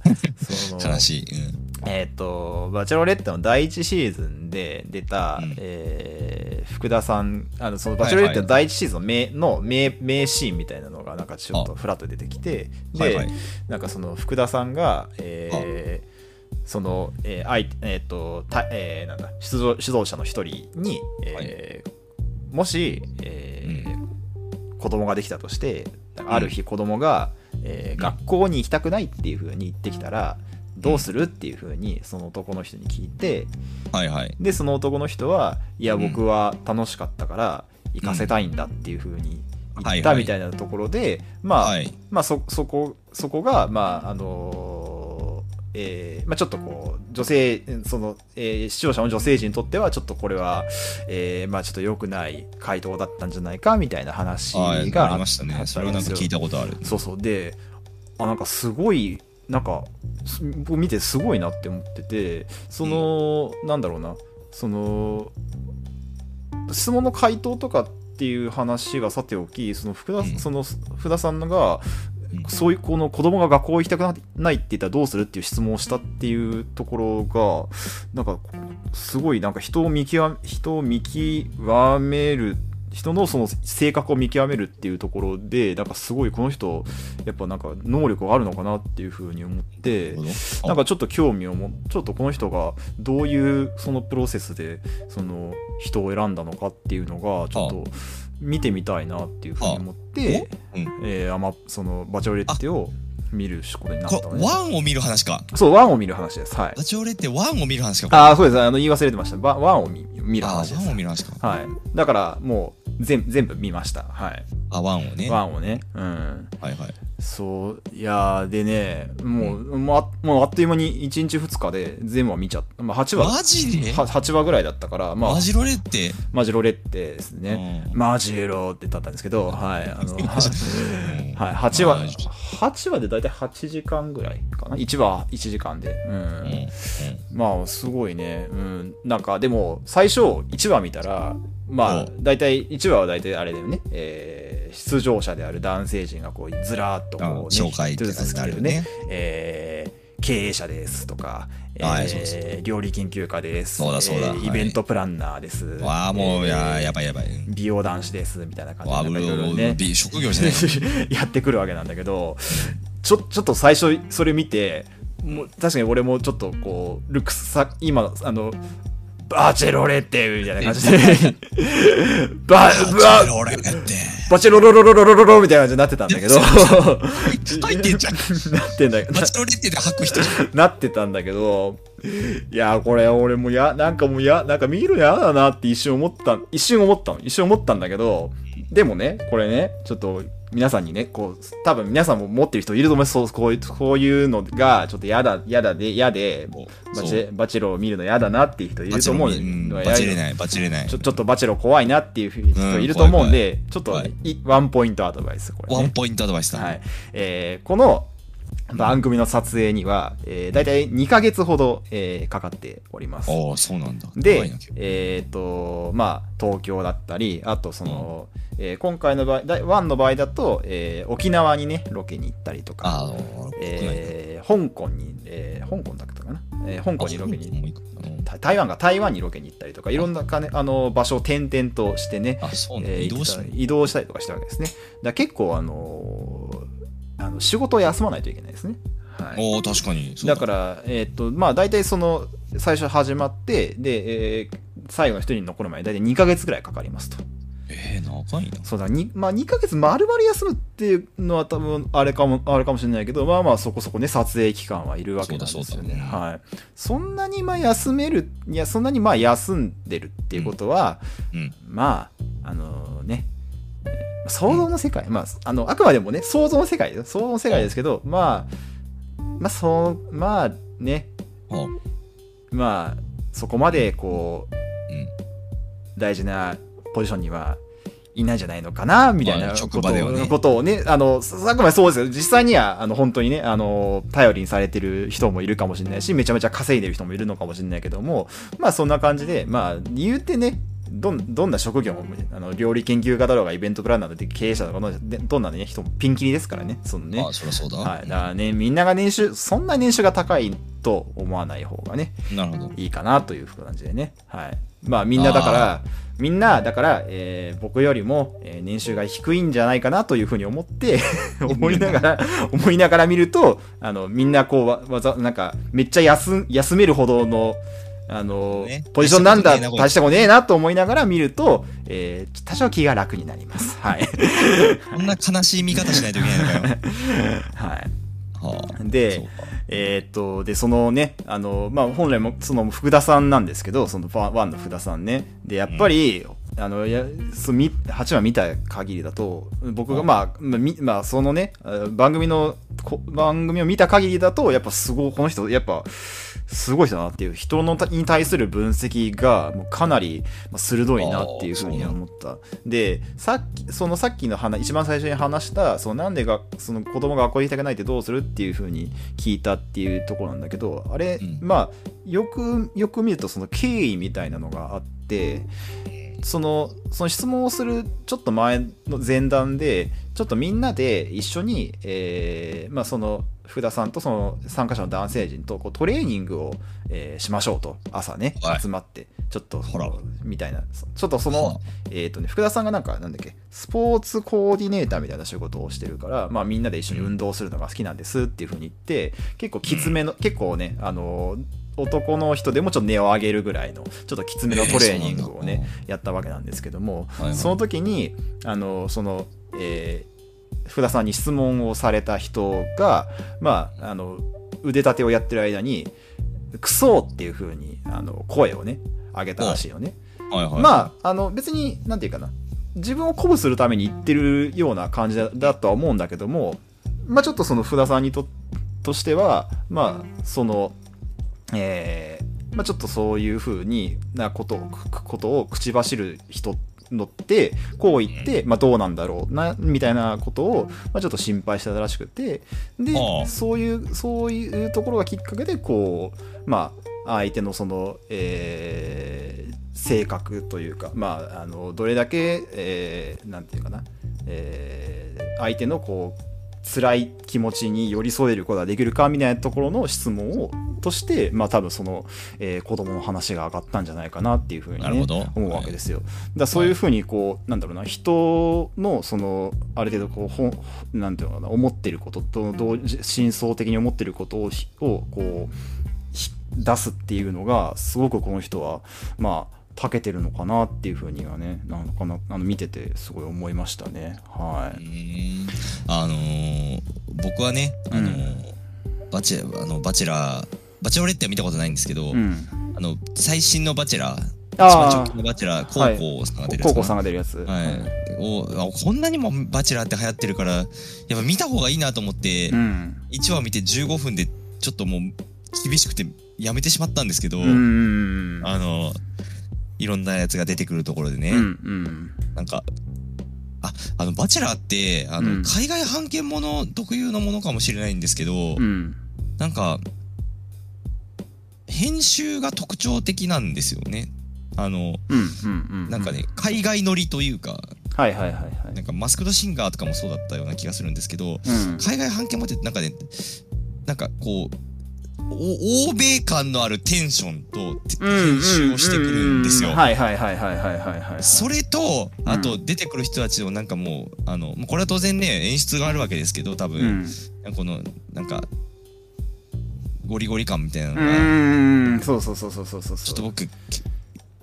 [SPEAKER 1] その
[SPEAKER 2] 悲しい。うん。
[SPEAKER 1] えっ、と、バチェロレッテの第1シーズンで出た、
[SPEAKER 2] うん
[SPEAKER 1] えー福田さん、あのそのバチェロレッテの第1シーズンの名,、の名名シーンみたいなのが、なんかちょっとフラッと出てきて、で、
[SPEAKER 2] はいはい。
[SPEAKER 1] なんかその福田さんが、えーその、えーあいえーとたえーなんだ出場出場者の一人に、えーもし、えー子供ができたとしてなんかある日子供が、えー
[SPEAKER 2] ん
[SPEAKER 1] 学校に行きたくないっていうふうに言ってきたらどうするっていうふうにその男の人に聞いて
[SPEAKER 2] はいはい。
[SPEAKER 1] でその男の人はいや
[SPEAKER 2] うん
[SPEAKER 1] 僕は楽しかったから行かせたいんだっていうふうに言っ
[SPEAKER 2] はいは
[SPEAKER 1] た
[SPEAKER 2] い
[SPEAKER 1] みたいなところでまあ
[SPEAKER 2] はい。
[SPEAKER 1] まあ、そそこそこが、まああのーえーまあ、ちょっとこう女性その、えー視聴者の女性陣にとってはちょっとこれは、えーまあ、ちょっと良くない回答だったんじゃないかみたいな話が
[SPEAKER 2] はい。ありました
[SPEAKER 1] あったん
[SPEAKER 2] ね。
[SPEAKER 1] です
[SPEAKER 2] そ
[SPEAKER 1] よ
[SPEAKER 2] れはなんか聞いたことある。
[SPEAKER 1] そうそうであなんかすごいなんかす僕見てすごいなって思っててその、なんだろうなその質問の回答とかっていう話はさておきその福田,、
[SPEAKER 2] うん
[SPEAKER 1] その福田さんが
[SPEAKER 2] うん
[SPEAKER 1] そういうこの子供が学校行きたくなないって言ったらどうするっていう質問をしたっていうところがなんかすごいなんか人を見極め人を見極める人のその性格を見極めるっていうところでなんかすごいこの人やっぱなんか能力があるのかなっていうふうに思って
[SPEAKER 2] なるほど
[SPEAKER 1] なんかちょっと興味をもちょっとこの人がどういうそのプロセスでその人を選んだのかっていうのがちょっと見てみたいなっていうふうに思って。
[SPEAKER 2] あうん
[SPEAKER 1] えーあま、そのバチョレッテを見ることになった
[SPEAKER 2] こ
[SPEAKER 1] のね。
[SPEAKER 2] ワンを見る話か。
[SPEAKER 1] そう、ワンを見る話です。はい。
[SPEAKER 2] バチェロレッテワンを見る話か。
[SPEAKER 1] ああ、そうです。あの言い忘れてました。ワンワンを見見る
[SPEAKER 2] あ
[SPEAKER 1] 話
[SPEAKER 2] ー、
[SPEAKER 1] で
[SPEAKER 2] ワ
[SPEAKER 1] す
[SPEAKER 2] ンを。見る話か。
[SPEAKER 1] はい。だから、もう全全部見ました。はい。
[SPEAKER 2] あ、ワンをね。
[SPEAKER 1] ワ
[SPEAKER 2] は
[SPEAKER 1] ンをね。うん。
[SPEAKER 2] いはい。
[SPEAKER 1] そう、いやーでね、もう、もうあもうあっという間に1日2日で全部は見ちゃった。まあ、8話。
[SPEAKER 2] マジで
[SPEAKER 1] は8話ぐらいだったから、まあ
[SPEAKER 2] バ、チェロレッテ。
[SPEAKER 1] マジロレッテですね。
[SPEAKER 2] う
[SPEAKER 1] マジロってだったんですけど、はい。あの
[SPEAKER 2] うん
[SPEAKER 1] はい、8話
[SPEAKER 2] まあ
[SPEAKER 1] 8話で大体8時間ぐらいかな1話1時間でうん、
[SPEAKER 2] うんうん
[SPEAKER 1] まあすごいねうんなんかでも最初1話見たらまあ
[SPEAKER 2] う
[SPEAKER 1] 大体1話は大体あれだよね、えー出場者である男性陣がこうずらーっとこう、ね
[SPEAKER 2] あ、紹介って感じになるよね
[SPEAKER 1] 一つずつ来てるねえー経営者ですとか、えー
[SPEAKER 2] はいそうそう
[SPEAKER 1] 料理研究家です
[SPEAKER 2] そうだそう
[SPEAKER 1] え
[SPEAKER 2] だ
[SPEAKER 1] ー
[SPEAKER 2] はい
[SPEAKER 1] イベントプランナーです
[SPEAKER 2] わあ、もう、いやー、やばいやばい。
[SPEAKER 1] 美容男子ですみたいな感じで
[SPEAKER 2] わあ、
[SPEAKER 1] なんかいろいろね
[SPEAKER 2] び職業じゃない。
[SPEAKER 1] やってくるわけなんだけどちょちょっと最初それ見てもう確かに俺もちょっとこうルックスさ今あのバチェロレッテみたいな感じで バ
[SPEAKER 2] バチェ
[SPEAKER 1] バ
[SPEAKER 2] ロレッテ。
[SPEAKER 1] バチェロロロロロロロロみたいな感じになってたんだ けど
[SPEAKER 2] 書いてんじゃん。
[SPEAKER 1] なってんだけど
[SPEAKER 2] バチェロレッテで吐く人じゃん。
[SPEAKER 1] なってたんだけど、いや、これ俺もや、なんかもうや、なんか見るの嫌だなって一瞬思った、一瞬思ったの、一瞬思ったんだけど、でもね、これね、ちょっと皆さんにね、こう、多分皆さんも持ってる人いると思います。そうこういうこういうのが、ちょっと嫌だ、嫌だで、嫌で、
[SPEAKER 2] も
[SPEAKER 1] バ
[SPEAKER 2] うそう
[SPEAKER 1] チェバチェロを見るの嫌だなっていう人い
[SPEAKER 2] バ
[SPEAKER 1] る
[SPEAKER 2] チ
[SPEAKER 1] と
[SPEAKER 2] ェ
[SPEAKER 1] 思
[SPEAKER 2] ロ
[SPEAKER 1] う
[SPEAKER 2] 見うん
[SPEAKER 1] のは
[SPEAKER 2] バチれないバチれない
[SPEAKER 1] ちょちょっとバチェロ怖いなっていう人いると思うんで、ちょっと、
[SPEAKER 2] 怖い
[SPEAKER 1] いワンポイントアドバイス、これ、ね。
[SPEAKER 2] ワンポイントアドバイスだ、
[SPEAKER 1] はいえーこの番組の撮影には、えー、大体2ヶ月ほど、えーかかっております。
[SPEAKER 2] ああそうなんだ怖い
[SPEAKER 1] で
[SPEAKER 2] な結、構
[SPEAKER 1] えっ、と、まあ、東京だったり、あとその、えー今回の場合、だ1の場合だと、えー沖縄にね、ロケに行ったりとか、
[SPEAKER 2] ああ国内だ
[SPEAKER 1] えー香港に、えー香港だったかな、えー香港にロケに、
[SPEAKER 2] あそうなんだもう一個
[SPEAKER 1] た台湾が台湾にロケに行ったりとか、いろんなか、ね、あの場所を転々としてね、
[SPEAKER 2] あそうなんだ
[SPEAKER 1] えー
[SPEAKER 2] 移動し
[SPEAKER 1] 行ってた移動したりとかしたわけですね。だから結構、あのーあの仕事を休まないといけないですね。はい、
[SPEAKER 2] おお確かにそう
[SPEAKER 1] だから、えーっとまあ、大体その最初始まってで、えー最後の一人に残るまで大体2ヶ月ぐらいかかりますと。
[SPEAKER 2] えー、長いな
[SPEAKER 1] そうだに、まあ、2ヶ月丸々休むっていうのは多分あれかもあれかもしれないけどまあまあそこそこね撮影期間はいるわけなんですよ
[SPEAKER 2] そうだ
[SPEAKER 1] ね
[SPEAKER 2] そうだ
[SPEAKER 1] はいそんなにまあ休めるいやそんなにまあ休んでるっていうことは、
[SPEAKER 2] うん
[SPEAKER 1] まああのね想像の世界、まああのあくまでもね想像の世界よ想像の世界ですけど、まあまあそうまあね
[SPEAKER 2] あうん
[SPEAKER 1] まあそこまでこう大事なポジションにはいないんじゃないのかなみたい
[SPEAKER 2] ま
[SPEAKER 1] な
[SPEAKER 2] あ
[SPEAKER 1] こと
[SPEAKER 2] 職
[SPEAKER 1] を,、
[SPEAKER 2] 場ではね
[SPEAKER 1] ことをねあのさあくまでそうですよ実際にはあの本当にねあの頼りにされてる人もいるかもしれないしめちゃめちゃ稼いでる人もいるのかもしれないけどもまあそんな感じでまあ言うてねどんどんな職業もあの料理研究家だろうがイベントプランナーだって経営者だろうがでどんな、ね、人もピンキリですからねそのね
[SPEAKER 2] あそりゃそうだ、
[SPEAKER 1] はい、だからねみんなが年収そんな年収が高いと思わない方がね
[SPEAKER 2] なるほど
[SPEAKER 1] いいかなという感じでね。はい。まあみんなだから、みんなだから、えー僕よりも、えー年収が低いんじゃないかなというふうに思 って、思いながら、思いながら見ると、あの、みんなこうわ、わざ、なんか、めっちゃ休、休めるほどの、あの、
[SPEAKER 2] ね
[SPEAKER 1] ポジションなんだ、
[SPEAKER 2] 大したことねえなこれ
[SPEAKER 1] 大したことねえなと思いながら見ると、えー多少気が楽になります。はい。
[SPEAKER 2] こんな悲しい見方しないといけないのかよ
[SPEAKER 1] はい。
[SPEAKER 2] はあ
[SPEAKER 1] で
[SPEAKER 2] そうか
[SPEAKER 1] えーっと、で、そのね、あの、まあ、本来も、その、福田さんなんですけど、その、ワンワンの福田さんね。で、やっぱり、あの、や、そう、み、8話見た限りだと、僕が、
[SPEAKER 2] うん
[SPEAKER 1] まあ、まあ、みまあ、そのね、あ番組の、こ番組を見た限りだと、やっぱすごい、この人、やっぱ、すごい人だなっていう、人のたに対する分析が、もうかなり、まあ鋭いなっていうふうに
[SPEAKER 2] あーそうなんだ
[SPEAKER 1] 思った。で、さっき、そのさっきの話、一番最初に話した、そのなんでが、その子供が学校行きたくないってどうするっていうふうに聞いたっていうところなんだけど、あれ、
[SPEAKER 2] うん
[SPEAKER 1] まあ、よく、よく見るとその経緯みたいなのがあって、そのその質問をするちょっと前の前段でちょっとみんなで一緒に、えーまあ、その福田さんとその参加者の男性陣とこうトレーニングを、えーしましょうと朝ね
[SPEAKER 2] はい
[SPEAKER 1] 集まってちょっと
[SPEAKER 2] ほら
[SPEAKER 1] みたいなそちょっとそ
[SPEAKER 2] はあ
[SPEAKER 1] の、えーとね、福田さんがなんかなんだっけスポーツコーディネーターみたいな仕事をしてるから、まあ、みんなで一緒に運動するのが好きなんですっていうふうに言って結構きつめの、結構ねあの男の人でもちょっと根を上げるぐらいのちょっときつめのトレーニングをね、
[SPEAKER 2] えーそうなんだ
[SPEAKER 1] やったわけなんですけども、
[SPEAKER 2] はいはい
[SPEAKER 1] その時にあのその、えー福田さんに質問をされた人が、まあ、あの腕立てをやってる間に「クソ!」っていう風にあの声をね上げたらしいよね。
[SPEAKER 2] はいはい。あ、
[SPEAKER 1] まああの別に何て言うかな自分を鼓舞するために言ってるような感じだだとは思うんだけども、まあ、ちょっとその福田さんにととしてはまあそのえーまあ、ちょっとそういうふうになことをくことを口走る人のってこう言って、まあ、どうなんだろうなみたいなことを、まあ、ちょっと心配してたらしくてで
[SPEAKER 2] ああ
[SPEAKER 1] そういうそういうところがきっかけでこうまあ相手のその、えー性格というか、まあ、あのどれだけ、えーなんていうかな、えー相手のこう辛い気持ちに寄り添えることができるかみたいなところの質問をとしてまあ多分その、えー子供の話が上がったんじゃないかなっていうふうに、
[SPEAKER 2] なるほ
[SPEAKER 1] ね、
[SPEAKER 2] ど
[SPEAKER 1] 思うわけですよ。だからそういうふうにこうなんだろうな人のそのある程度こうほんなんていうのかな思ってることと同時真相的に思ってることをひをこうひ出すっていうのがすごくこの人はまあ長けてるのかなっていうふうにはねなんかなあの見ててすごい思いましたね。は
[SPEAKER 2] う
[SPEAKER 1] い。
[SPEAKER 2] ーん。あのー、僕はね、あのーバチェ、あの、バチェラー、バチェロレッテは見たことないんですけど、
[SPEAKER 1] うん、
[SPEAKER 2] あの、最新のバチェラー、一
[SPEAKER 1] あー
[SPEAKER 2] 番直近のバチェラー、高校さんが出る
[SPEAKER 1] 高校さん
[SPEAKER 2] ん
[SPEAKER 1] が出るやつ。
[SPEAKER 2] はい。をあこんなにも「バチェラー」って流行ってるからやっぱ見た方がいいなと思って、
[SPEAKER 1] うん
[SPEAKER 2] 1話見て15分でちょっともう厳しくてやめてしまったんですけど、
[SPEAKER 1] うんうん
[SPEAKER 2] あのいろんなやつが出てくるところでね、
[SPEAKER 1] うんうん
[SPEAKER 2] なんかああの「バチェラー」ってあの、
[SPEAKER 1] うん
[SPEAKER 2] 海外版権もの特有のものかもしれないんですけど、
[SPEAKER 1] うん
[SPEAKER 2] なんか編集が特徴的なんですよね。あの
[SPEAKER 1] うんうんうん
[SPEAKER 2] なんかね、海外乗りというか
[SPEAKER 1] はいはいはいはい
[SPEAKER 2] なんかマスクドシンガーとかもそうだったような気がするんですけど
[SPEAKER 1] うん
[SPEAKER 2] 海外版権もってなんかねなんかこうお欧米感のあるテンションとて編集をしてくるんですよ
[SPEAKER 1] うううう。はいはいはいはいはいはいはい
[SPEAKER 2] それと
[SPEAKER 1] ん
[SPEAKER 2] あと出てくる人たちをなんかもうあのもうこれは当然ね演出があるわけですけど多
[SPEAKER 1] う
[SPEAKER 2] 分、
[SPEAKER 1] ん
[SPEAKER 2] このなんかゴリゴリ感みたいなの
[SPEAKER 1] う
[SPEAKER 2] が
[SPEAKER 1] ーんそうそうそうそうそうそう
[SPEAKER 2] ちょ
[SPEAKER 1] そ
[SPEAKER 2] っ
[SPEAKER 1] う
[SPEAKER 2] と僕、き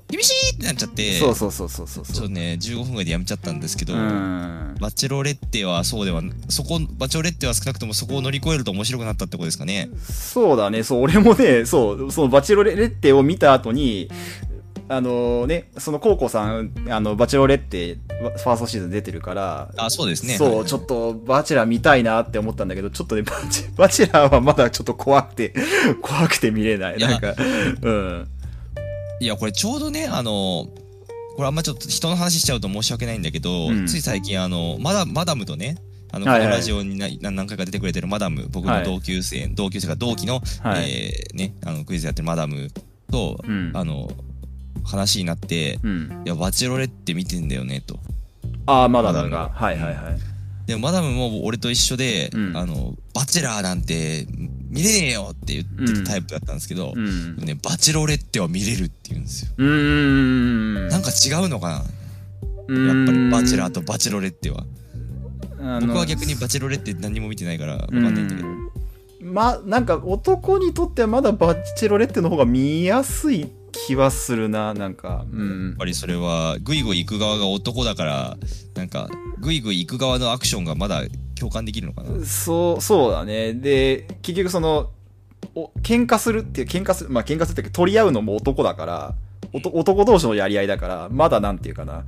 [SPEAKER 2] 厳しいってなっちゃって、
[SPEAKER 1] そうそうそうそうそう
[SPEAKER 2] ちょ
[SPEAKER 1] そ
[SPEAKER 2] っ
[SPEAKER 1] う
[SPEAKER 2] とね、15分ぐらいでやめちゃったんですけど、
[SPEAKER 1] うん
[SPEAKER 2] バチェロレッテはそうでは、そこ、バチェロレッテは少なくともそこを乗り越えると面白くなったってことですかね。
[SPEAKER 1] そうだね、そう、俺もね、そう、そのバチェロレッテを見た後に、あのね、そのコウコさん、あの、バチェロレッテ、わファーストシーズン出てるから、
[SPEAKER 2] あ、そうですね。
[SPEAKER 1] そう、
[SPEAKER 2] はいはい
[SPEAKER 1] ちょっと、バチェラー見たいなって思ったんだけど、ちょっとね、バチバチェラーはまだちょっと怖くて、 怖くて見れない。
[SPEAKER 2] いや
[SPEAKER 1] なんか、うん。
[SPEAKER 2] いや、これちょうどね、あの、これあんまちょっと人の話しちゃうと申し訳ないんだけど、
[SPEAKER 1] うん
[SPEAKER 2] つい最近、あの、マダマダムとね、あの、こ
[SPEAKER 1] はいはい
[SPEAKER 2] のラジオにな何何回か出てくれてるマダム、僕
[SPEAKER 1] は
[SPEAKER 2] の
[SPEAKER 1] い
[SPEAKER 2] 同級生、同級生が同期の、
[SPEAKER 1] はい。
[SPEAKER 2] えーね、あの、クイズやってるマダムと、
[SPEAKER 1] うん。
[SPEAKER 2] あの、話になって、
[SPEAKER 1] うん。
[SPEAKER 2] いや、バチェロレって見てんだよね、と。
[SPEAKER 1] ああ、まだなん
[SPEAKER 2] まだ
[SPEAKER 1] か。はいはいはい。
[SPEAKER 2] でも、マダムも俺と一緒で、
[SPEAKER 1] うん
[SPEAKER 2] あの、バチェラーなんて見れねえよって言ってたタイプだったんですけど、
[SPEAKER 1] うん
[SPEAKER 2] で。もね、バチェロレっては見れるって言うんですよ。
[SPEAKER 1] うーん。
[SPEAKER 2] なんか違うのか
[SPEAKER 1] う
[SPEAKER 2] な
[SPEAKER 1] ーん、
[SPEAKER 2] やっぱりバチェラーとバチェロレっては。
[SPEAKER 1] あの
[SPEAKER 2] 僕は逆にバチェロレって何も見てないから、わかんないんだけど。
[SPEAKER 1] まなんか男にとってはまだバチェロレッテの方が見やすい気はするななんかう
[SPEAKER 2] や
[SPEAKER 1] ん
[SPEAKER 2] っぱりそれはグイグイ行く側が男だからなんかグイグイ行く側のアクションがまだ共感できるのかな
[SPEAKER 1] そうそうだねで結局そのお喧嘩するっていう喧嘩するまあ喧嘩するっていうか取り合うのも男だからおと男同士のやり合いだからまだなんていうかな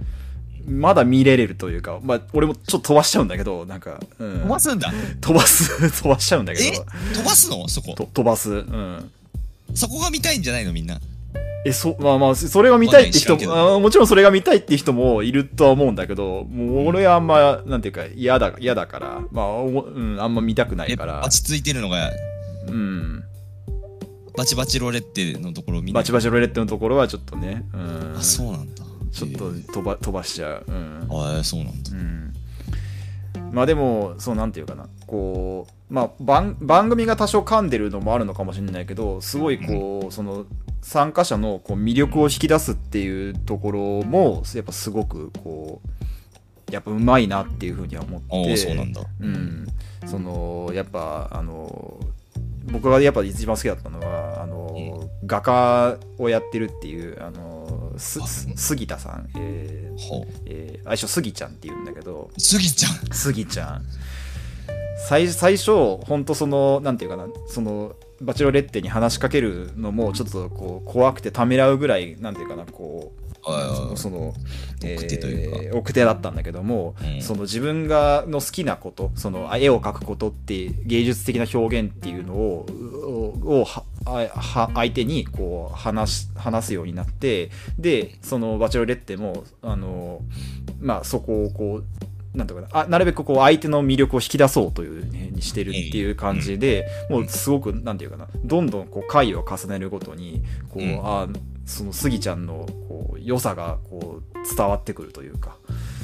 [SPEAKER 1] まだ見れれるというか、まあ、俺もちょっと飛ばしちゃうんだけど、なんか、うん、
[SPEAKER 2] 飛ばすんだ
[SPEAKER 1] 飛ばす、飛 ばしちゃうんだけ
[SPEAKER 2] え
[SPEAKER 1] ど、
[SPEAKER 2] 飛ばすのそこと
[SPEAKER 1] 飛ばす、うん。
[SPEAKER 2] そこが見たいんじゃないのみんな
[SPEAKER 1] え、そ、まあまあ、そそれが見たいって人
[SPEAKER 2] まあね知らんけ
[SPEAKER 1] も、あもちろんそれが見たいって人もいるとは思うんだけど、もう俺はあんま、なんていうか、嫌だ、嫌だから、まあ、おもうん、あんま見たくな
[SPEAKER 2] え
[SPEAKER 1] いから
[SPEAKER 2] バ、チついてるのが
[SPEAKER 1] うん。
[SPEAKER 2] バチバチロレッテのところみんな
[SPEAKER 1] バチバチロレッテのところはちょっとね、うん。
[SPEAKER 2] あそうなんだ
[SPEAKER 1] ちょっと
[SPEAKER 2] えー
[SPEAKER 1] 飛ば、飛ばしちゃう。うん。
[SPEAKER 2] あーそうなんだ
[SPEAKER 1] うん。まあでも、そう、なんていうかな、こう、まあ、番番組が多少噛んでるのもあるのかもしれないけど、すごいこう、その、参加者のこう魅力を引き出すっていうところも、やっぱすごく、こう、やっぱうまいなっていうふうには思って。
[SPEAKER 2] ああそうなんだ
[SPEAKER 1] うん、そのやっぱあの僕がやっぱ一番好きだったのはあの、画家をやってるっていうあのす
[SPEAKER 2] あ
[SPEAKER 1] す杉田さん、えー
[SPEAKER 2] ほ
[SPEAKER 1] えー愛称杉ちゃんっていうんだけど
[SPEAKER 2] うスギちゃん
[SPEAKER 1] 杉ちゃん最最初本当そのなんていうかなそのバチェロレッテに話しかけるのもちょっとこう怖くてためらうぐらいなんていうかなこうそ
[SPEAKER 2] あ
[SPEAKER 1] の
[SPEAKER 2] あ
[SPEAKER 1] その
[SPEAKER 2] 奥手という
[SPEAKER 1] か奥手だったんだけども、
[SPEAKER 2] うん
[SPEAKER 1] その自分がの好きなことそのあ絵を描くことって芸術的な表現っていうのをををはあは相手にこう話し話すようになってでそのバチェロレッテもあの、まあ、そこをこうなんとかなあなるべくこう相手の魅力を引き出そうという、ね、にしてるっていう感じで、もうすごくなんていうかなどんどんこう回を重ねるごとにこう、
[SPEAKER 2] うん
[SPEAKER 1] あそのスギちゃんのこう良さがこう伝わってくるというか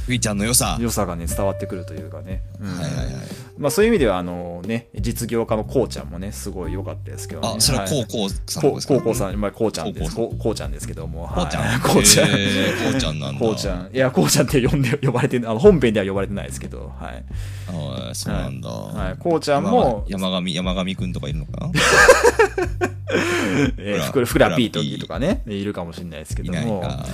[SPEAKER 2] スギちゃんの良さはい
[SPEAKER 1] 良さがね伝わってくるというかね、うん
[SPEAKER 2] はいはい
[SPEAKER 1] まあ、そういう意味ではあの、ね、実業家のこうちゃんもねすごい良かったですけど、ね、
[SPEAKER 2] あそれはこ
[SPEAKER 1] いう
[SPEAKER 2] こうさんの
[SPEAKER 1] こ
[SPEAKER 2] 方ですか
[SPEAKER 1] 高校さん、まあ、こうちゃんです。
[SPEAKER 2] こ
[SPEAKER 1] こうこうちゃんですけども。
[SPEAKER 2] こうちゃん
[SPEAKER 1] はい こうちゃん。
[SPEAKER 2] へーこうちゃんなんだ
[SPEAKER 1] こうちゃん。いや、こうちゃんって呼んで、呼ばれて、あの、本編では呼ばれてないですけど、はい。
[SPEAKER 2] ああそうなんだ
[SPEAKER 1] は、
[SPEAKER 2] はい
[SPEAKER 1] こうちゃんも、
[SPEAKER 2] 山上山上くんとかいるのかな
[SPEAKER 1] えー
[SPEAKER 2] フラ
[SPEAKER 1] ふくらふらピート
[SPEAKER 2] ふらピー
[SPEAKER 1] とかね、いるかもしれないですけ
[SPEAKER 2] い
[SPEAKER 1] ど
[SPEAKER 2] ない
[SPEAKER 1] も。
[SPEAKER 2] か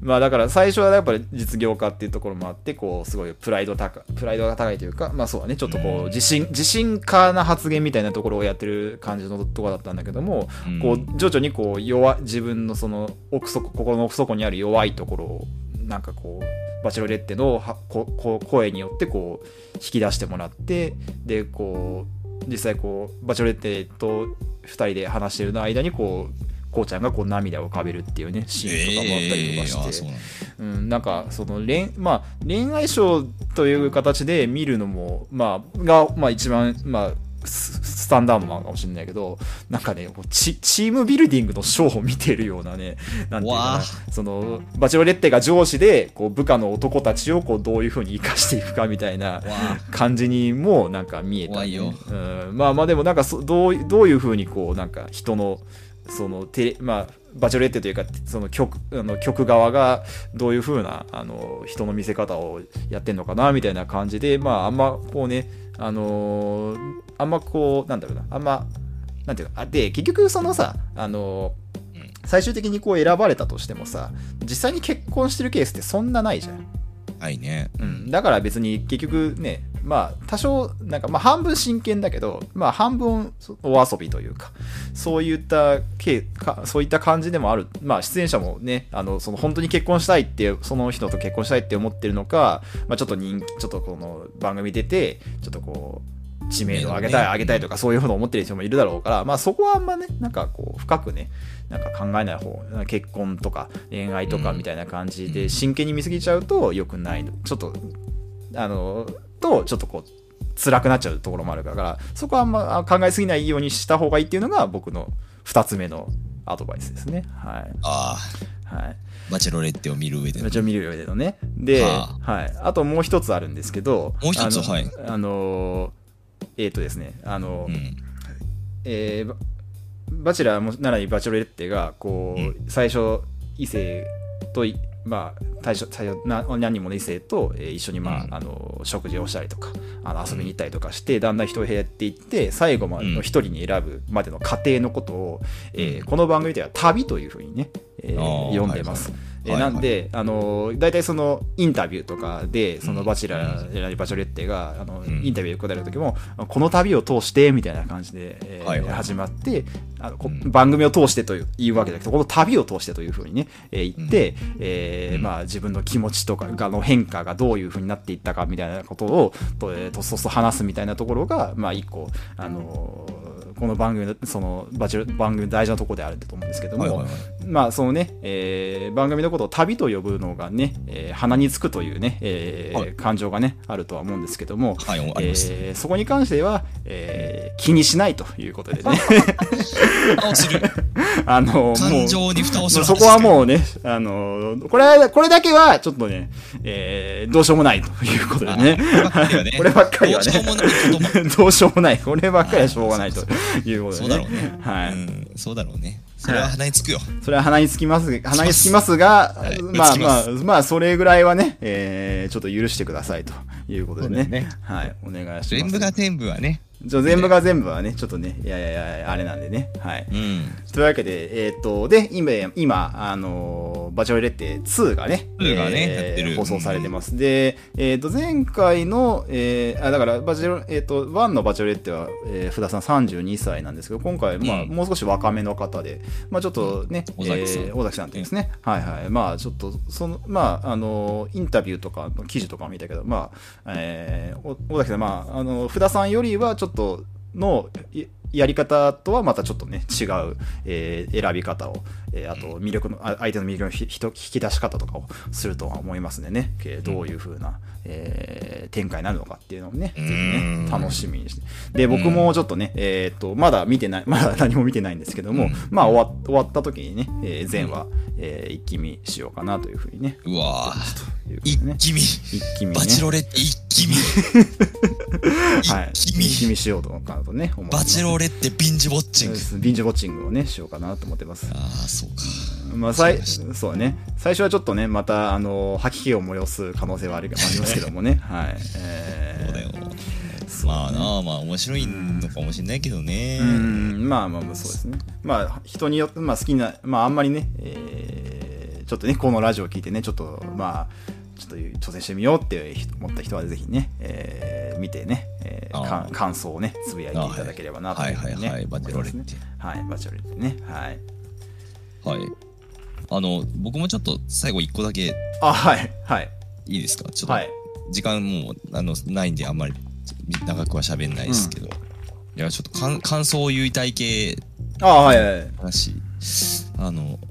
[SPEAKER 1] まあだから最初はやっぱり実業家っていうところもあってこうすごいプライド高プライドが高いというかまあそうだねちょっとこう自信自信家な発言みたいなところをやってる感じのところだったんだけども
[SPEAKER 2] うん
[SPEAKER 1] こう徐々にこう弱自分のその奥底心の奥底にある弱いところをなんかこうバチェロレッテのはここう声によってこう引き出してもらってでこう実際こうバチェロレッテと2人で話してるの間にこうこうちゃんがこう涙を浮かべるっていうねシーンとかもあったりとかして、
[SPEAKER 2] あそうなんだ
[SPEAKER 1] うん、なんかその恋,、まあ、恋愛賞という形で見るのも、まあ、が、まあ、一番、まあ、ススタンダードなのかもしれないけどなんかねこうチチームビルディングの賞を見てるようなねなんていうか
[SPEAKER 2] わ
[SPEAKER 1] な
[SPEAKER 2] あ
[SPEAKER 1] そのバチェロレッテが上司でこう部下の男たちをこうどういうふうに生かしていくかみたいな
[SPEAKER 2] わあ
[SPEAKER 1] 感じにもなんか見えた、
[SPEAKER 2] 怖いよ
[SPEAKER 1] うん、まあまあでもなんかそどういどういうふうにこうなんか人のそのテレまあバチェロレッテというかその曲あの曲側がどういうふうなあの人の見せ方をやってんのかなみたいな感じでまああんまこうねあのーあんまこうなんだろうなあんまなんていうかあで結局そのさあのー
[SPEAKER 2] うん
[SPEAKER 1] 最終的にこう選ばれたとしてもさ実際に結婚してるケースってそんなないじゃん。
[SPEAKER 2] はいね
[SPEAKER 1] うん、だから別に結局ねまあ多少なんかまあ半分真剣だけどまあ半分お遊びというかそういったけかそういった感じでもあるまあ出演者もねあのその本当に結婚したいってその人と結婚したいって思ってるのか、まあ、ちょっと人気ちょっとこの番組出てちょっとこう知名度を上げたい、
[SPEAKER 2] ね
[SPEAKER 1] 上げたいとかそういうふうに思ってる人もいるだろうからまあそこはあんまねなんかこう深くねなんか考えない方結婚とか恋愛とかみたいな感じ
[SPEAKER 2] う
[SPEAKER 1] で
[SPEAKER 2] ん
[SPEAKER 1] 真剣に見すぎちゃうと良くないのちょっとあのとちょっとこう辛くなっちゃうところもあるからそこはあんまあ考えすぎないようにした方がいいっていうのが僕の2つ目のアドバイスですねはい
[SPEAKER 2] あ
[SPEAKER 1] はい
[SPEAKER 2] あバチェロレッテを見る上で
[SPEAKER 1] 一応見る上でのねで、
[SPEAKER 2] は
[SPEAKER 1] はい、あともう一つあるんですけど
[SPEAKER 2] もう一つ
[SPEAKER 1] あの
[SPEAKER 2] はい
[SPEAKER 1] あのえっ、とですねあの、
[SPEAKER 2] うん
[SPEAKER 1] えーババチェラーもならにバチェロレッテがこう、
[SPEAKER 2] うん
[SPEAKER 1] 最初異性といまあ最初最初な何人もの異性と、えー一緒に、まあ
[SPEAKER 2] うん
[SPEAKER 1] あの食事をしたりとかあの遊びに行ったりとかして、だんだん人を減っていって最後まで
[SPEAKER 2] う
[SPEAKER 1] の
[SPEAKER 2] ん
[SPEAKER 1] 一人に選ぶまでの過程のことを、えー
[SPEAKER 2] うん
[SPEAKER 1] この番組では旅というふうにね、えー
[SPEAKER 2] あー
[SPEAKER 1] 読んでます。
[SPEAKER 2] は
[SPEAKER 1] えー
[SPEAKER 2] いはいはいはい
[SPEAKER 1] なんで、あのー大体そのインタビューとかでその
[SPEAKER 2] うん
[SPEAKER 1] バチェラー、なりバチェロレッテがあの、
[SPEAKER 2] ん
[SPEAKER 1] インタビューに答える時もこの旅を通してみたいな感じで、えー
[SPEAKER 2] はいはい
[SPEAKER 1] 始まってあのこ
[SPEAKER 2] うん
[SPEAKER 1] 番組を通してという言うわけだけどこの旅を通してというふうにね、えー言って、えー
[SPEAKER 2] うん
[SPEAKER 1] まあ、自分の気持ちとかがの変化がどういうふうになっていったかみたいなことをと、えーとっそっそ話すみたいなところが、まあ、一個、あのーこの番組のそのバチェロ番組の大事なところであるんだと思うんですけども、
[SPEAKER 2] はいはいはい
[SPEAKER 1] まあそのね、えー番組のことを旅と呼ぶのがね、えー鼻につくというね、えー
[SPEAKER 2] はい
[SPEAKER 1] 感情がねあるとは思うんですけども、
[SPEAKER 2] はいあります
[SPEAKER 1] えーそこに関しては、えー気にしないということでね
[SPEAKER 2] 蓋をする
[SPEAKER 1] あのも
[SPEAKER 2] 感
[SPEAKER 1] う
[SPEAKER 2] 情に蓋をする
[SPEAKER 1] そこはもうね、あのこれ、これだけは、ちょっとね、えーどうしようもないということでね。
[SPEAKER 2] ね
[SPEAKER 1] こればっかりはね
[SPEAKER 2] どうしようもないことも
[SPEAKER 1] どうしようもない。こればっかりはしょうがないということでね。
[SPEAKER 2] そうだろうね
[SPEAKER 1] はい。
[SPEAKER 2] うんそうだろうねそれは鼻につくよ
[SPEAKER 1] それは鼻につきます、鼻につきますが、
[SPEAKER 2] はい
[SPEAKER 1] まあ
[SPEAKER 2] つき
[SPEAKER 1] ま
[SPEAKER 2] ま
[SPEAKER 1] あ、
[SPEAKER 2] す
[SPEAKER 1] まあ、それぐらいはね、えーちょっと許してくださいということでね。
[SPEAKER 2] そうだよね
[SPEAKER 1] はい、お願いします。
[SPEAKER 2] 全部が全部はね
[SPEAKER 1] ちょ全部が全部はね、ちょっとね、いやいやいや、あれなんでね。はい。
[SPEAKER 2] うん
[SPEAKER 1] というわけで、えーっ、と、で、今、今、あのーバチョレッテ2がね、
[SPEAKER 2] 2がね
[SPEAKER 1] えー
[SPEAKER 2] やってる
[SPEAKER 1] 放送されてます。で、えーっ、と、前回の、えーあ、だから、バチョレ、えーっ、と、1のバチョレッテは、えー、福田さん32歳なんですけど、今回、まあ、
[SPEAKER 2] うん
[SPEAKER 1] もう少し若めの方で、まあ、ちょっとね、
[SPEAKER 2] 尾崎さん
[SPEAKER 1] えー尾崎さんっていうんですね。はいはい。まあ、ちょっと、その、まあ、あのーインタビューとかの記事とかを見たけど、まあ、えー、お尾崎さん、まあ、あの、福田さんよりは、ちょっと、のいやり方とはまたちょっとね違う、えー選び方を、えーあと魅力のあ相手の魅力のひひと引き出し方とかをするとは思いますんでねけどういう風な、えー展開になるのかっていうのをねぜひね
[SPEAKER 2] うん
[SPEAKER 1] 楽しみにしてで僕もちょっとね、えーっとまだ見てないま だ何も見てないんですけども、
[SPEAKER 2] うん
[SPEAKER 1] まあ終わ終わった時にね、えー前話、えー一気見しようかなというふうにね
[SPEAKER 2] うわ
[SPEAKER 1] ということ
[SPEAKER 2] 一
[SPEAKER 1] でね
[SPEAKER 2] 気見
[SPEAKER 1] 一気見ね
[SPEAKER 2] バチェロレッテ一気見
[SPEAKER 1] はい
[SPEAKER 2] 一
[SPEAKER 1] 一
[SPEAKER 2] 気
[SPEAKER 1] 気
[SPEAKER 2] 見
[SPEAKER 1] 見しようとかなとね思ってま
[SPEAKER 2] バ
[SPEAKER 1] す
[SPEAKER 2] チェロレッテビンジウォッチング
[SPEAKER 1] ビンジウォッチングをねしようかなと思ってます
[SPEAKER 2] ああそうか
[SPEAKER 1] まあ、さい
[SPEAKER 2] そう
[SPEAKER 1] そうだね最初はちょっとねまたあの吐き気を催す可能性はありありますけども ねはい、えー
[SPEAKER 2] そうだよ
[SPEAKER 1] そう
[SPEAKER 2] まあなあまあ面白いのかもしれないけどね
[SPEAKER 1] うんまあまあまあそうですねまあ人によって、まあ、好きなまああんまりね、えーちょっとねこのラジオを聞いてねちょっとまあちょっと挑戦してみようって思った人はぜひね、えー見てね、えーか
[SPEAKER 2] あー
[SPEAKER 1] 感想をねつぶやいていただければなと
[SPEAKER 2] はいいう
[SPEAKER 1] ふう
[SPEAKER 2] はい
[SPEAKER 1] にね
[SPEAKER 2] はいはいバチェロレッテ
[SPEAKER 1] 思いますねはいバチェロレッテねはい
[SPEAKER 2] はいあの僕もちょっと最後1個だけ
[SPEAKER 1] あはいはい
[SPEAKER 2] いいですかちょっと
[SPEAKER 1] はい
[SPEAKER 2] 時間もうあのないんであんまり長くは喋んないですけど、いやちょっと感感想を言いたい系
[SPEAKER 1] あはいはいはい
[SPEAKER 2] 話あの「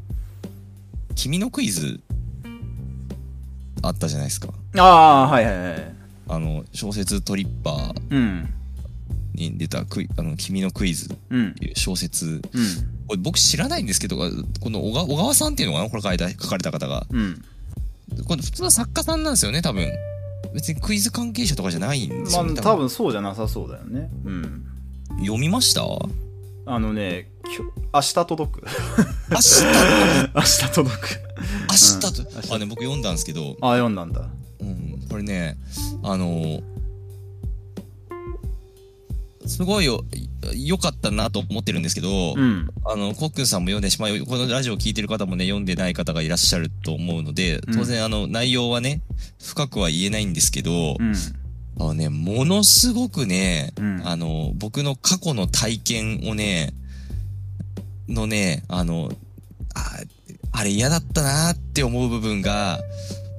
[SPEAKER 2] 君のクイズ」あったじゃないですか
[SPEAKER 1] あーはいはいはい
[SPEAKER 2] あの小説「トリッパー
[SPEAKER 1] うん」
[SPEAKER 2] に出たクイ「あの君のクイズ」っ
[SPEAKER 1] うん
[SPEAKER 2] ていう小説
[SPEAKER 1] うん
[SPEAKER 2] これ僕知らないんですけどこの小川小川さんっていうのかなこれ書いた書かれた方が
[SPEAKER 1] うん
[SPEAKER 2] これ普通は作家さんなんですよね多分別にクイズ関係者とかじゃないんです
[SPEAKER 1] ま
[SPEAKER 2] よ
[SPEAKER 1] あ
[SPEAKER 2] ね、
[SPEAKER 1] 多分そうじゃなさそうだよねうん
[SPEAKER 2] 読み ました明
[SPEAKER 1] あのね今日明日届く
[SPEAKER 2] 日
[SPEAKER 1] 明日届く
[SPEAKER 2] 明日と、
[SPEAKER 1] うん明日
[SPEAKER 2] あね僕読んだんですけど、
[SPEAKER 1] あ読んだんだ
[SPEAKER 2] うん、これねあのーすごいよ良かったなと思ってるんですけど、
[SPEAKER 1] うん
[SPEAKER 2] あのコックンさんも読んでしまいこのラジオ聞いてる方もね読んでない方がいらっしゃると思うので
[SPEAKER 1] うん
[SPEAKER 2] 当然あの内容はね深くは言えないんですけど、
[SPEAKER 1] うん
[SPEAKER 2] あのねものすごくね、
[SPEAKER 1] うん
[SPEAKER 2] あの僕の過去の体験をねのねあのああれ嫌だったなって思う部分が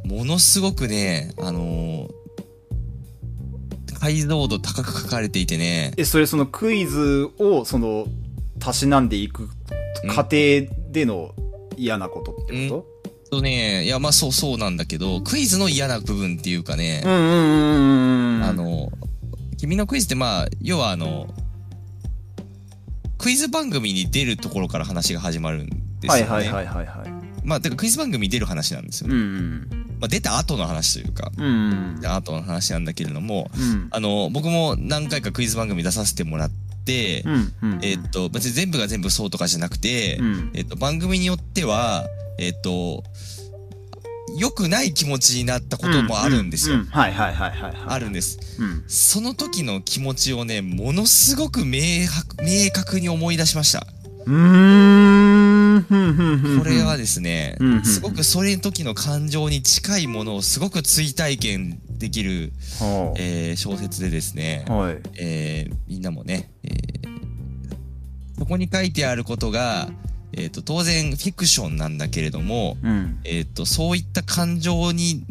[SPEAKER 2] ものすごくねあの解像度高く書かれていてね
[SPEAKER 1] えそれそのクイズをそのたしなんでいく過程での嫌なことってこ
[SPEAKER 2] とねいやまあそうそうなんだけどクイズの嫌な部分っていうかね
[SPEAKER 1] と、うんうんうんうんうん
[SPEAKER 2] あの君のクイズってまあ要はあのクイズ番組に出るところから話が始まるんですよ
[SPEAKER 1] は
[SPEAKER 2] ね。
[SPEAKER 1] いはいはいはいはい
[SPEAKER 2] まあ、てかクイズ番組に出る話なんですよ
[SPEAKER 1] う
[SPEAKER 2] ね。
[SPEAKER 1] ん
[SPEAKER 2] まあ、出た後の話というか、
[SPEAKER 1] うんうん
[SPEAKER 2] 出た後の話なんだけれども、
[SPEAKER 1] うん
[SPEAKER 2] あの、僕も何回かクイズ番組出させてもらって、
[SPEAKER 1] うんうん
[SPEAKER 2] えっと、別に全部が全部そうとかじゃなくて、
[SPEAKER 1] うん
[SPEAKER 2] えっと、番組によっては、えっと、良くない気持ちになったこともあるんですよ。
[SPEAKER 1] ううはいはいはいはいはい
[SPEAKER 2] あるんです。
[SPEAKER 1] うん
[SPEAKER 2] その時の気持ちをね、ものすごく明白、明確に思い出しました。
[SPEAKER 1] うーんふんふんふん
[SPEAKER 2] これはですね
[SPEAKER 1] うんうん、
[SPEAKER 2] すごくそれの時の感情に近いものをすごく追体験できる、
[SPEAKER 1] はあ
[SPEAKER 2] えー小説でですね、
[SPEAKER 1] はい
[SPEAKER 2] えーみんなもね、えーそこに書いてあることが、えー、と当然フィクションなんだけれども、
[SPEAKER 1] うん
[SPEAKER 2] えー、とそういった感情に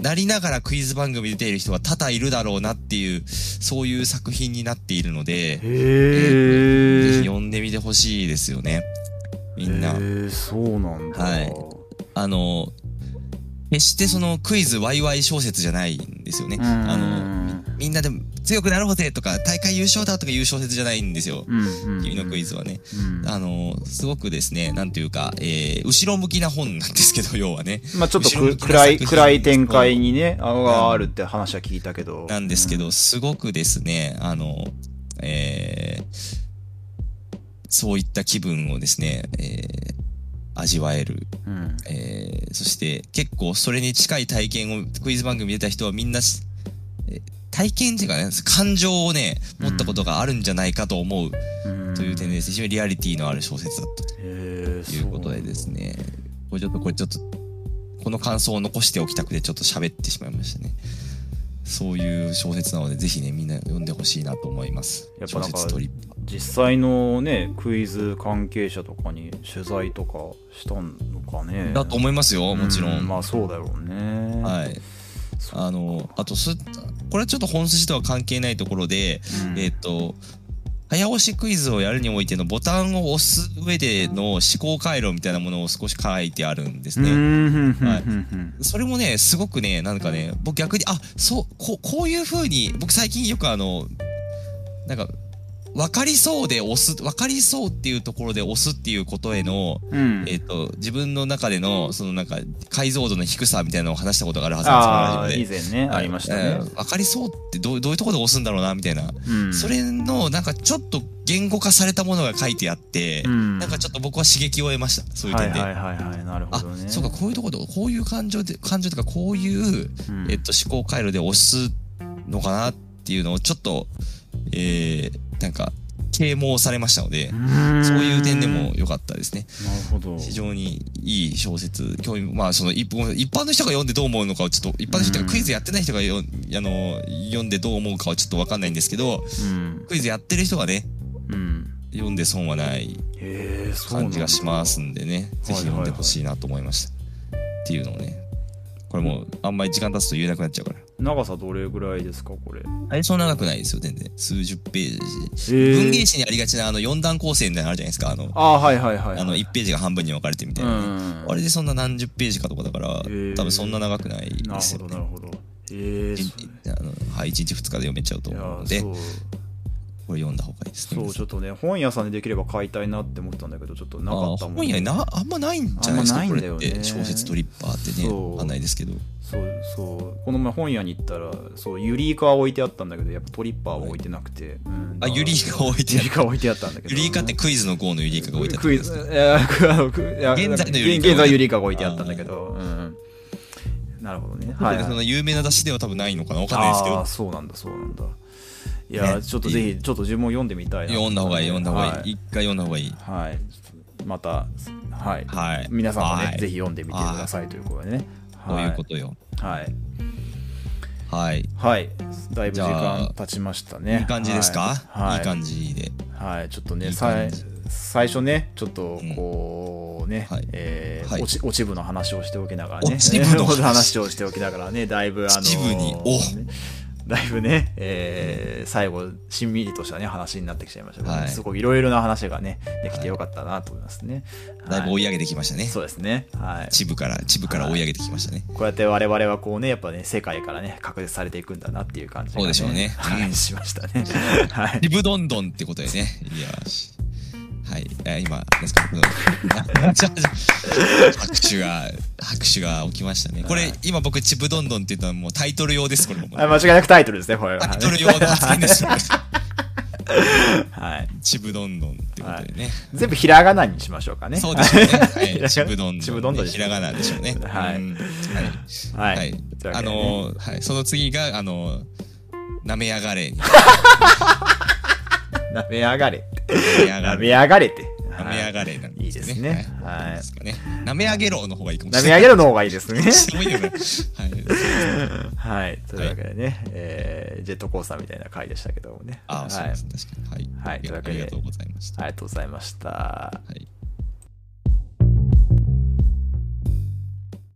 [SPEAKER 2] なりながらクイズ番組に出ている人は多々いるだろうなっていうそういう作品になっているので、えーぜ
[SPEAKER 1] へえ
[SPEAKER 2] ひ読んでみてほしいですよねみんな。
[SPEAKER 1] えそうなんだ
[SPEAKER 2] はいあの、決してそのクイズワイワイ小説じゃないんですよね。
[SPEAKER 1] うん
[SPEAKER 2] あの、みんなで強くなるほぜとか大会優勝だとかいう小説じゃないんですよ。
[SPEAKER 1] うんうん
[SPEAKER 2] 君のクイズはね。
[SPEAKER 1] うん
[SPEAKER 2] あの、すごくですね、なんていうか、えー、後ろ向きな本なんですけど、要はね。
[SPEAKER 1] まあちょっと
[SPEAKER 2] 後ろ
[SPEAKER 1] く
[SPEAKER 2] 向きな
[SPEAKER 1] 暗い
[SPEAKER 2] 作品
[SPEAKER 1] 暗い展開にねあがあるって話は聞いたけど
[SPEAKER 2] なんですけど、すごくですね、あの、えー、そういった気分をですね、えー、味わえる
[SPEAKER 1] うん
[SPEAKER 2] えーそして結構それに近い体験をクイズ番組に出た人はみんなし、えー体験っていうかね感情をね持ったことがあるんじゃないかと思う
[SPEAKER 1] うん
[SPEAKER 2] という点でですね非常にリアリティのある小説だっ
[SPEAKER 1] へえ
[SPEAKER 2] たということでです
[SPEAKER 1] ね
[SPEAKER 2] ねこれちょっとこれちょっとこの感想を残しておきたくてちょっと喋ってしまいましたねそういう小説なのでぜひねみんな読んでほしいなと思います
[SPEAKER 1] やっぱ
[SPEAKER 2] 小
[SPEAKER 1] なんか
[SPEAKER 2] 説トリップ
[SPEAKER 1] 実際のねクイズ関係者とかに取材とかしたのかね
[SPEAKER 2] だと思いますよもちろん、
[SPEAKER 1] うまあそうだろうね
[SPEAKER 2] はい
[SPEAKER 1] そう
[SPEAKER 2] あのあとすこれはちょっと本筋とは関係ないところで、
[SPEAKER 1] うん
[SPEAKER 2] えっ、と、早押しクイズをやるにおいてのボタンを押す上での思考回路みたいなものを少し書いてあるんです
[SPEAKER 1] う
[SPEAKER 2] ね。
[SPEAKER 1] んふんふん
[SPEAKER 2] はい
[SPEAKER 1] ふんふん
[SPEAKER 2] それもね、すごくね、なんかね、僕逆に、あ、そう、こうこういう風に、僕最近よくあの、なんか、分かりそうで押す、分かりそうっていうところで押すっていうことへの、
[SPEAKER 1] うん
[SPEAKER 2] えっ、と、自分の中での、そのなんか、解像度の低さみたいなのを話したことがあるはず
[SPEAKER 1] あ
[SPEAKER 2] なん
[SPEAKER 1] あ
[SPEAKER 2] です
[SPEAKER 1] 以前ね
[SPEAKER 2] よ、ラジオで
[SPEAKER 1] ありました
[SPEAKER 2] え
[SPEAKER 1] ね
[SPEAKER 2] ー分かりそうってどうどういうところで押すんだろうな、みたいな。
[SPEAKER 1] うん
[SPEAKER 2] それのなんかちょっと言語化されたものが書いてあって、
[SPEAKER 1] うん
[SPEAKER 2] なんかちょっと僕は刺激を得ましたそういう
[SPEAKER 1] はい
[SPEAKER 2] 点で。
[SPEAKER 1] はいはいはいなるほ
[SPEAKER 2] あ
[SPEAKER 1] どね
[SPEAKER 2] そうかこういうところこういう感情で感情とかこういう、
[SPEAKER 1] うん
[SPEAKER 2] えっと、思考回路で押すのかなっていうのをちょっと、えー、なんか啓蒙されましたので、
[SPEAKER 1] ん
[SPEAKER 2] そういう点で
[SPEAKER 1] なる
[SPEAKER 2] も良かったですね
[SPEAKER 1] ほど
[SPEAKER 2] 非常にいい小説興味まあその一般一般の人が読んでどう思うのかをちょっと一般の人がクイズやってない人がよあの読んでどう思うかはちょっと分かんないんですけど
[SPEAKER 1] うん
[SPEAKER 2] クイズやってる人がね
[SPEAKER 1] うん
[SPEAKER 2] 読んで損はない
[SPEAKER 1] へえーそうなん
[SPEAKER 2] 感
[SPEAKER 1] だ
[SPEAKER 2] じがしますんでね、ぜひ読んでほしいなと思いました。っていうのをね、これもうあんまり時間経つと言えなくなっちゃうから。
[SPEAKER 1] 長さどれぐらいですかこれ
[SPEAKER 2] 最初長くないですよ、全然。数十ページ。
[SPEAKER 1] え
[SPEAKER 2] 文芸誌にありがちなあの4段構成みたいなのあるじゃないですか。あの、
[SPEAKER 1] あーはいはいはいはい
[SPEAKER 2] あの1ページが半分に分かれてみたいなね、
[SPEAKER 1] うん
[SPEAKER 2] あれでそんな何十ページかとかだから、
[SPEAKER 1] ー
[SPEAKER 2] 多分そんな長くない
[SPEAKER 1] な
[SPEAKER 2] で
[SPEAKER 1] る
[SPEAKER 2] す
[SPEAKER 1] ほ
[SPEAKER 2] よ
[SPEAKER 1] ど
[SPEAKER 2] ね
[SPEAKER 1] な。るほどええ
[SPEAKER 2] 一
[SPEAKER 1] そう
[SPEAKER 2] あのはい、1日2日で読めちゃうと
[SPEAKER 1] いや
[SPEAKER 2] 思うので、
[SPEAKER 1] ー
[SPEAKER 2] こ
[SPEAKER 1] そう
[SPEAKER 2] れ読んだ方がいいですね。
[SPEAKER 1] そうちょっとね本屋さんでできれば買いたいなって思ったんだけどちょっとな
[SPEAKER 2] あ
[SPEAKER 1] か
[SPEAKER 2] ー
[SPEAKER 1] ったもん
[SPEAKER 2] 本屋になあんまないんじゃないですか、
[SPEAKER 1] あん
[SPEAKER 2] こ
[SPEAKER 1] まな
[SPEAKER 2] れ
[SPEAKER 1] いんだよ
[SPEAKER 2] っ
[SPEAKER 1] ね
[SPEAKER 2] て小説トリッパーってね
[SPEAKER 1] そう
[SPEAKER 2] わかんないですけど
[SPEAKER 1] そうそうこの前本屋に行ったらそうユリイカは置いてあったんだけどやっぱトリッパーは置いてなくて、うん
[SPEAKER 2] あユリイカが置いて
[SPEAKER 1] ユ
[SPEAKER 2] ある
[SPEAKER 1] リイカは置いてあったんだけど
[SPEAKER 2] ユリイカってクイズの号のユリイカが置いてあったん
[SPEAKER 1] クイ
[SPEAKER 2] です
[SPEAKER 1] ズ
[SPEAKER 2] けど
[SPEAKER 1] いやあのくいや
[SPEAKER 2] 現在のユリイカ
[SPEAKER 1] 現在ユリイカが置いてあったんだけど、うん、なるほどねはい、はい、
[SPEAKER 2] その有名な雑誌では多分ないのかなわかんないですけ
[SPEAKER 1] ああ
[SPEAKER 2] ど
[SPEAKER 1] ーそうなんだそうなんだいや、
[SPEAKER 2] ね
[SPEAKER 1] ちょっとぜひちょっと自分も読んでみたいな
[SPEAKER 2] 読んだ方がいい読んだ方がいい一回読んだ方がいい
[SPEAKER 1] はい、はいまたはい、
[SPEAKER 2] はい
[SPEAKER 1] 皆さんもね、
[SPEAKER 2] はい
[SPEAKER 1] ぜひ読んでみてくださいということでね
[SPEAKER 2] こういうことよ
[SPEAKER 1] はい
[SPEAKER 2] はい
[SPEAKER 1] はい、だいぶ時
[SPEAKER 2] じゃあ
[SPEAKER 1] 間経ちましたね。
[SPEAKER 2] いい感じですか
[SPEAKER 1] はい
[SPEAKER 2] いい感じで
[SPEAKER 1] はい、はいちょっとね、
[SPEAKER 2] いい
[SPEAKER 1] さい
[SPEAKER 2] 感じ
[SPEAKER 1] 最初ね、ちょっと
[SPEAKER 2] うん
[SPEAKER 1] こうね、
[SPEAKER 2] はい
[SPEAKER 1] えー
[SPEAKER 2] はい
[SPEAKER 1] 落ち落ち部の話をして おきながらね、
[SPEAKER 2] 落ち部の話
[SPEAKER 1] 話をしておきながらね、だいぶあのー
[SPEAKER 2] 秩父にお
[SPEAKER 1] ねだいぶね、えー最後、しんみりとしたね、話になってきちゃいましたけど、
[SPEAKER 2] はい
[SPEAKER 1] すごいいろいろな話がね、できてよかったなと思いますね。
[SPEAKER 2] だいぶ追
[SPEAKER 1] はい
[SPEAKER 2] 上げてきましたね
[SPEAKER 1] い、そうですね。はい。
[SPEAKER 2] 秩父から秩父から追い上げてきましたね
[SPEAKER 1] こうやって我々はこうね、やっぱね、世界からね、隔絶されていくんだなっていう感じが、
[SPEAKER 2] そうでしょうね
[SPEAKER 1] は
[SPEAKER 2] うん
[SPEAKER 1] い、 しました ね。はい。
[SPEAKER 2] 秩父どんどんってことでねいやしはいえー今で すか僕の拍手が拍手が起きましたねこれ今僕秩父どんどんって言ったのはもうタイトル用ですこれも
[SPEAKER 1] あ間違いなくタイトルですね、これは。
[SPEAKER 2] タイトル用の発言ですよ
[SPEAKER 1] はい。
[SPEAKER 2] ちぶどんどんってことでね。
[SPEAKER 1] 全部ひらがなにしましょうかね。
[SPEAKER 2] そうでしょうね。は
[SPEAKER 1] ひらが
[SPEAKER 2] い。
[SPEAKER 1] な
[SPEAKER 2] ちぶどん
[SPEAKER 1] ちぶど
[SPEAKER 2] どん
[SPEAKER 1] ん
[SPEAKER 2] で。
[SPEAKER 1] どんで
[SPEAKER 2] ひ
[SPEAKER 1] し
[SPEAKER 2] ら
[SPEAKER 1] ょ
[SPEAKER 2] がなでしょうね。
[SPEAKER 1] はい
[SPEAKER 2] うんは。
[SPEAKER 1] はいい
[SPEAKER 2] はい
[SPEAKER 1] というわけでね
[SPEAKER 2] あのー、はい。その次が、あのー、なめや がれ。
[SPEAKER 1] なめやがれ。
[SPEAKER 2] なめや
[SPEAKER 1] な
[SPEAKER 2] が
[SPEAKER 1] め
[SPEAKER 2] れ。
[SPEAKER 1] やがれって。
[SPEAKER 2] なめやがれなん
[SPEAKER 1] いい
[SPEAKER 2] で
[SPEAKER 1] ですす
[SPEAKER 2] ね
[SPEAKER 1] ね。
[SPEAKER 2] は
[SPEAKER 1] は
[SPEAKER 2] い
[SPEAKER 1] い
[SPEAKER 2] どうですかね。なめやげろの方がいいかも
[SPEAKER 1] な
[SPEAKER 2] し
[SPEAKER 1] め
[SPEAKER 2] れな
[SPEAKER 1] や
[SPEAKER 2] い。
[SPEAKER 1] げるの方がいいです ね
[SPEAKER 2] ど。っちでもいいよね。はい。
[SPEAKER 1] はい。というわけでね、えージェットコースターみたいな回でしたけどもね。
[SPEAKER 2] ああ、そう
[SPEAKER 1] はい
[SPEAKER 2] です。確かに。はい。
[SPEAKER 1] はい
[SPEAKER 2] い
[SPEAKER 1] とい
[SPEAKER 2] や
[SPEAKER 1] うわ
[SPEAKER 2] あ
[SPEAKER 1] けで
[SPEAKER 2] りがとうございました。
[SPEAKER 1] あ
[SPEAKER 2] は
[SPEAKER 1] りがとうございました。
[SPEAKER 2] い。